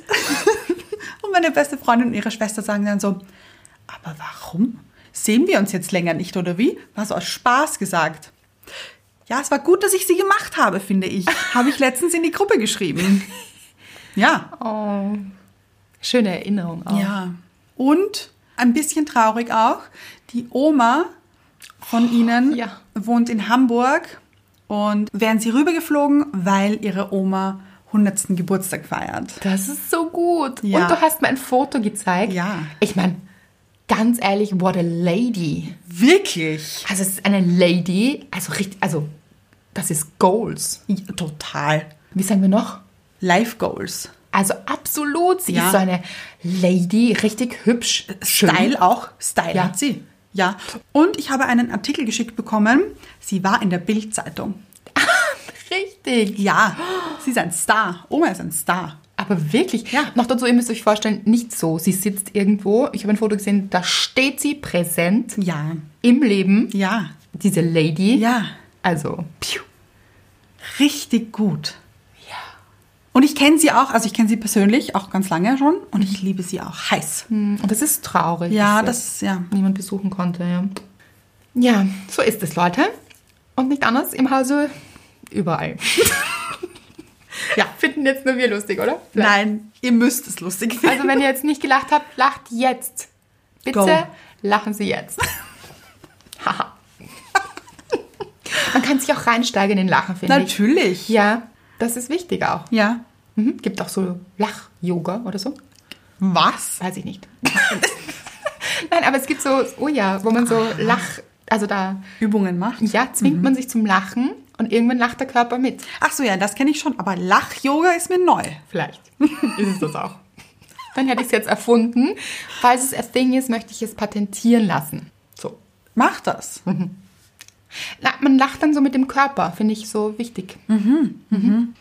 und meine beste Freundin und ihre Schwester sagen dann so, aber warum? Sehen wir uns jetzt länger nicht, oder wie? War so aus Spaß gesagt. Ja, es war gut, dass ich sie gemacht habe, finde ich. Habe ich letztens in die Gruppe geschrieben. Ja. Oh. Schöne Erinnerung auch. Ja. Und ein bisschen traurig auch, die Oma von ihnen Oh, ja. wohnt in Hamburg und wären sie rübergeflogen, weil ihre Oma 100. Geburtstag feiert. Das ist so gut. Ja. Und du hast mir ein Foto gezeigt. Ja. Ich meine, ganz ehrlich, what a lady. Wirklich? Also es ist eine Lady, also richtig, also das ist Goals. Ja, total. Wie sagen wir noch? Life Goals. Also absolut, sie Ja. ist so eine Lady, richtig hübsch, schön. Style auch. Style Ja. hat sie. Ja. Und ich habe einen Artikel geschickt bekommen. Sie war in der Bild-Zeitung. Richtig. Ja, sie ist ein Star. Oma ist ein Star. Aber wirklich, noch dazu, ihr müsst euch vorstellen, nicht so. Sie sitzt irgendwo, ich habe ein Foto gesehen, da steht sie präsent Ja. im Leben, Ja. diese Lady. Ja. Also, piu. Richtig gut. Ja. Und ich kenne sie auch, also ich kenne sie persönlich auch ganz lange schon und ich liebe sie auch heiß. Und das Mhm. ist traurig. Ja, dass äh, das, ja. niemand besuchen konnte. Ja. ja, so ist es, Leute. Und nicht anders im Hause überall. Ja, finden jetzt nur wir lustig, oder? Vielleicht. Nein, ihr müsst es lustig finden. Also wenn ihr jetzt nicht gelacht habt, lacht jetzt. Bitte Go. lachen Sie jetzt. Haha. Man kann sich auch reinsteigen in Lachen, finde ich. Natürlich. Ja, das ist wichtig auch. Ja. Mhm. Gibt auch so Lach-Yoga oder so. Was? Weiß ich nicht. Nein, aber es gibt so, oh ja, wo man so Ah. Lach, also da, Übungen macht? ja, zwingt man sich zum Lachen und irgendwann lacht der Körper mit. Ach so, ja, das kenne ich schon, aber Lach-Yoga ist mir neu. Vielleicht ist es das auch. Dann hätte ich es jetzt erfunden. Falls es a thing ist, möchte ich es patentieren lassen. So. Mach das. Mhm. Na, man lacht dann so mit dem Körper, finde ich so wichtig. Mhm.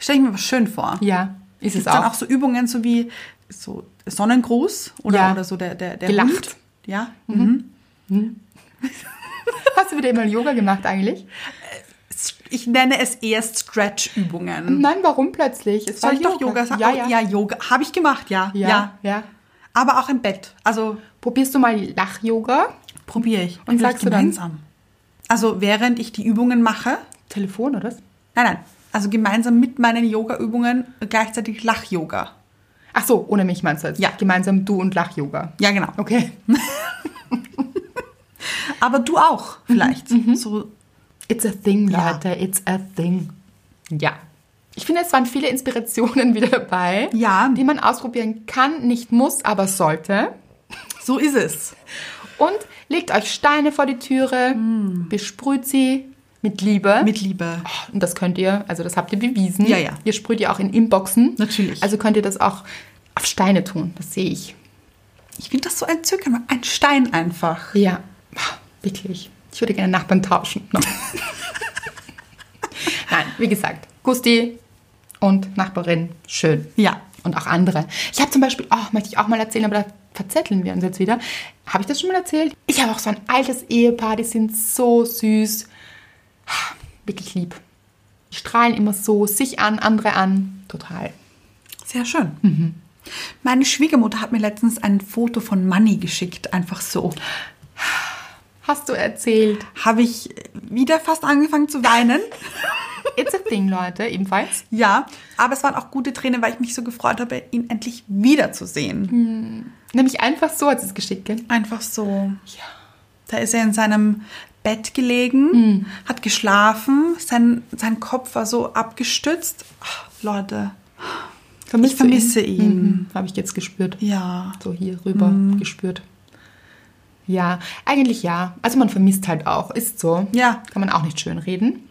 Stell ich mir was schön vor. Ja, ist Gibt's es dann auch. auch so Übungen, so wie so Sonnengruß oder, Ja. oder so der, der, der Gelacht. Hund. Ja. Mhm. Hast du wieder immer Yoga gemacht eigentlich? Ich nenne es eher Stretch-Übungen. Nein, warum plötzlich? Es Mhm. Soll war ich doch Yoga sagen? Mhm. Ah, Ja, Oh, ja. ja Yoga. Habe ich gemacht, ja. ja, ja. Aber auch im Bett. Also Probierst du mal Lach-Yoga? probiere ich. Und Vielleicht sagst du dann- gemeinsam. Also während ich die Übungen mache, Telefon, oder? was? Nein, nein. Also gemeinsam mit meinen Yoga-Übungen gleichzeitig Lach-Yoga. Ach so, ohne mich meinst du jetzt? Ja. Gemeinsam du und Lach-Yoga. Ja, genau. Okay. Aber du Mhm. auch vielleicht. So, It's a thing, Ja. Leute. It's a thing. Ja. Ich finde, es waren viele Inspirationen wieder dabei, Ja. die man ausprobieren kann, nicht muss, aber sollte. so ist es. Und legt euch Steine vor die Türe, besprüht sie Hm. mit Liebe. Mit Liebe. und das könnt ihr, also das habt ihr bewiesen. Ja, ja. Ihr sprüht ja auch in Inboxen. Natürlich. Also könnt ihr das auch auf Steine tun, das sehe ich. Ich finde das so entzückend. Ein Stein einfach. Ja, wirklich. Ich würde gerne Nachbarn tauschen. No. Nein, wie gesagt, Gusti und Nachbarin, schön. Ja. Und auch andere. Ich habe zum Beispiel, oh, möchte ich auch mal erzählen, aber da verzetteln wir uns jetzt wieder. Habe ich das schon mal erzählt? Ich habe auch so ein altes Ehepaar, die sind so süß. Wirklich lieb. Die strahlen immer so sich an, andere an. Total. Sehr schön. Mhm. Meine Schwiegermutter hat mir letztens ein Foto von Manny geschickt. Einfach so. Hast du erzählt? Habe ich wieder fast angefangen zu weinen. It's a thing, Leute, ebenfalls. ja. Aber es waren auch gute Tränen, weil ich mich so gefreut habe, ihn endlich wiederzusehen. Hm. Nämlich einfach so hat sie es geschickt, gell? Einfach so. Ja. Da ist er in seinem Bett gelegen, Hm. hat geschlafen, sein, sein Kopf war so abgestützt. Ach, Leute, Vermisst Ich vermisse du ihn. Mhm. Habe ich jetzt gespürt. ja. Mhm. So hier rüber gespürt. Ja, eigentlich ja. Also man vermisst halt auch. Ist so. Ja. Kann man auch nicht schön reden.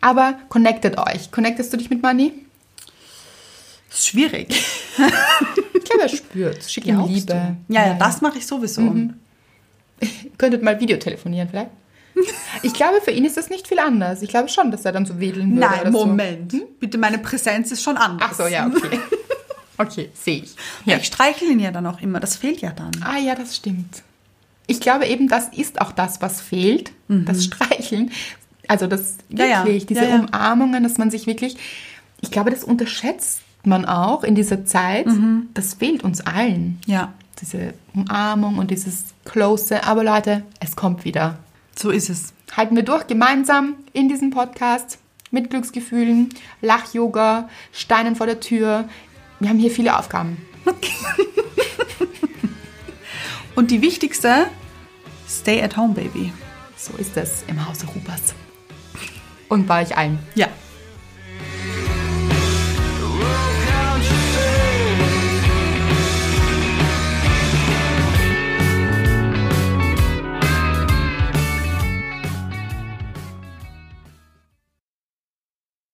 Aber connectet euch. Connectest du dich mit Mani? Ist schwierig. Ich glaube, er spürt. Schick ihm Liebe. Ja, ja, das mache ich sowieso. Mhm. Könntet mal Videotelefonieren vielleicht. Ich glaube, für ihn ist das nicht viel anders. Ich glaube schon, dass er dann so wedeln würde. Nein, oder Moment. So. Hm? Bitte, meine Präsenz ist schon anders. Ach so, ja, okay. Okay, sehe ich. Ja. Ich streichle ihn ja dann auch immer, das fehlt ja dann. Ah ja, das stimmt. Ich glaube eben, das ist auch das, was fehlt, das Streicheln. Also das Mhm. Ja, wirklich, ja. diese Ja, ja. Umarmungen, dass man sich wirklich, ich glaube, das unterschätzt man auch in dieser Zeit. Das fehlt uns allen. Mhm. Ja, Diese Umarmung und dieses Close. Aber Leute, es kommt wieder. so ist es. Halten wir durch gemeinsam in diesem Podcast mit Glücksgefühlen, Lach-Yoga, Steinen vor der Tür. Wir haben hier viele Aufgaben. Und die wichtigste, stay at home, baby. So ist es im Hause Rupas. Und bei euch allen. Ja.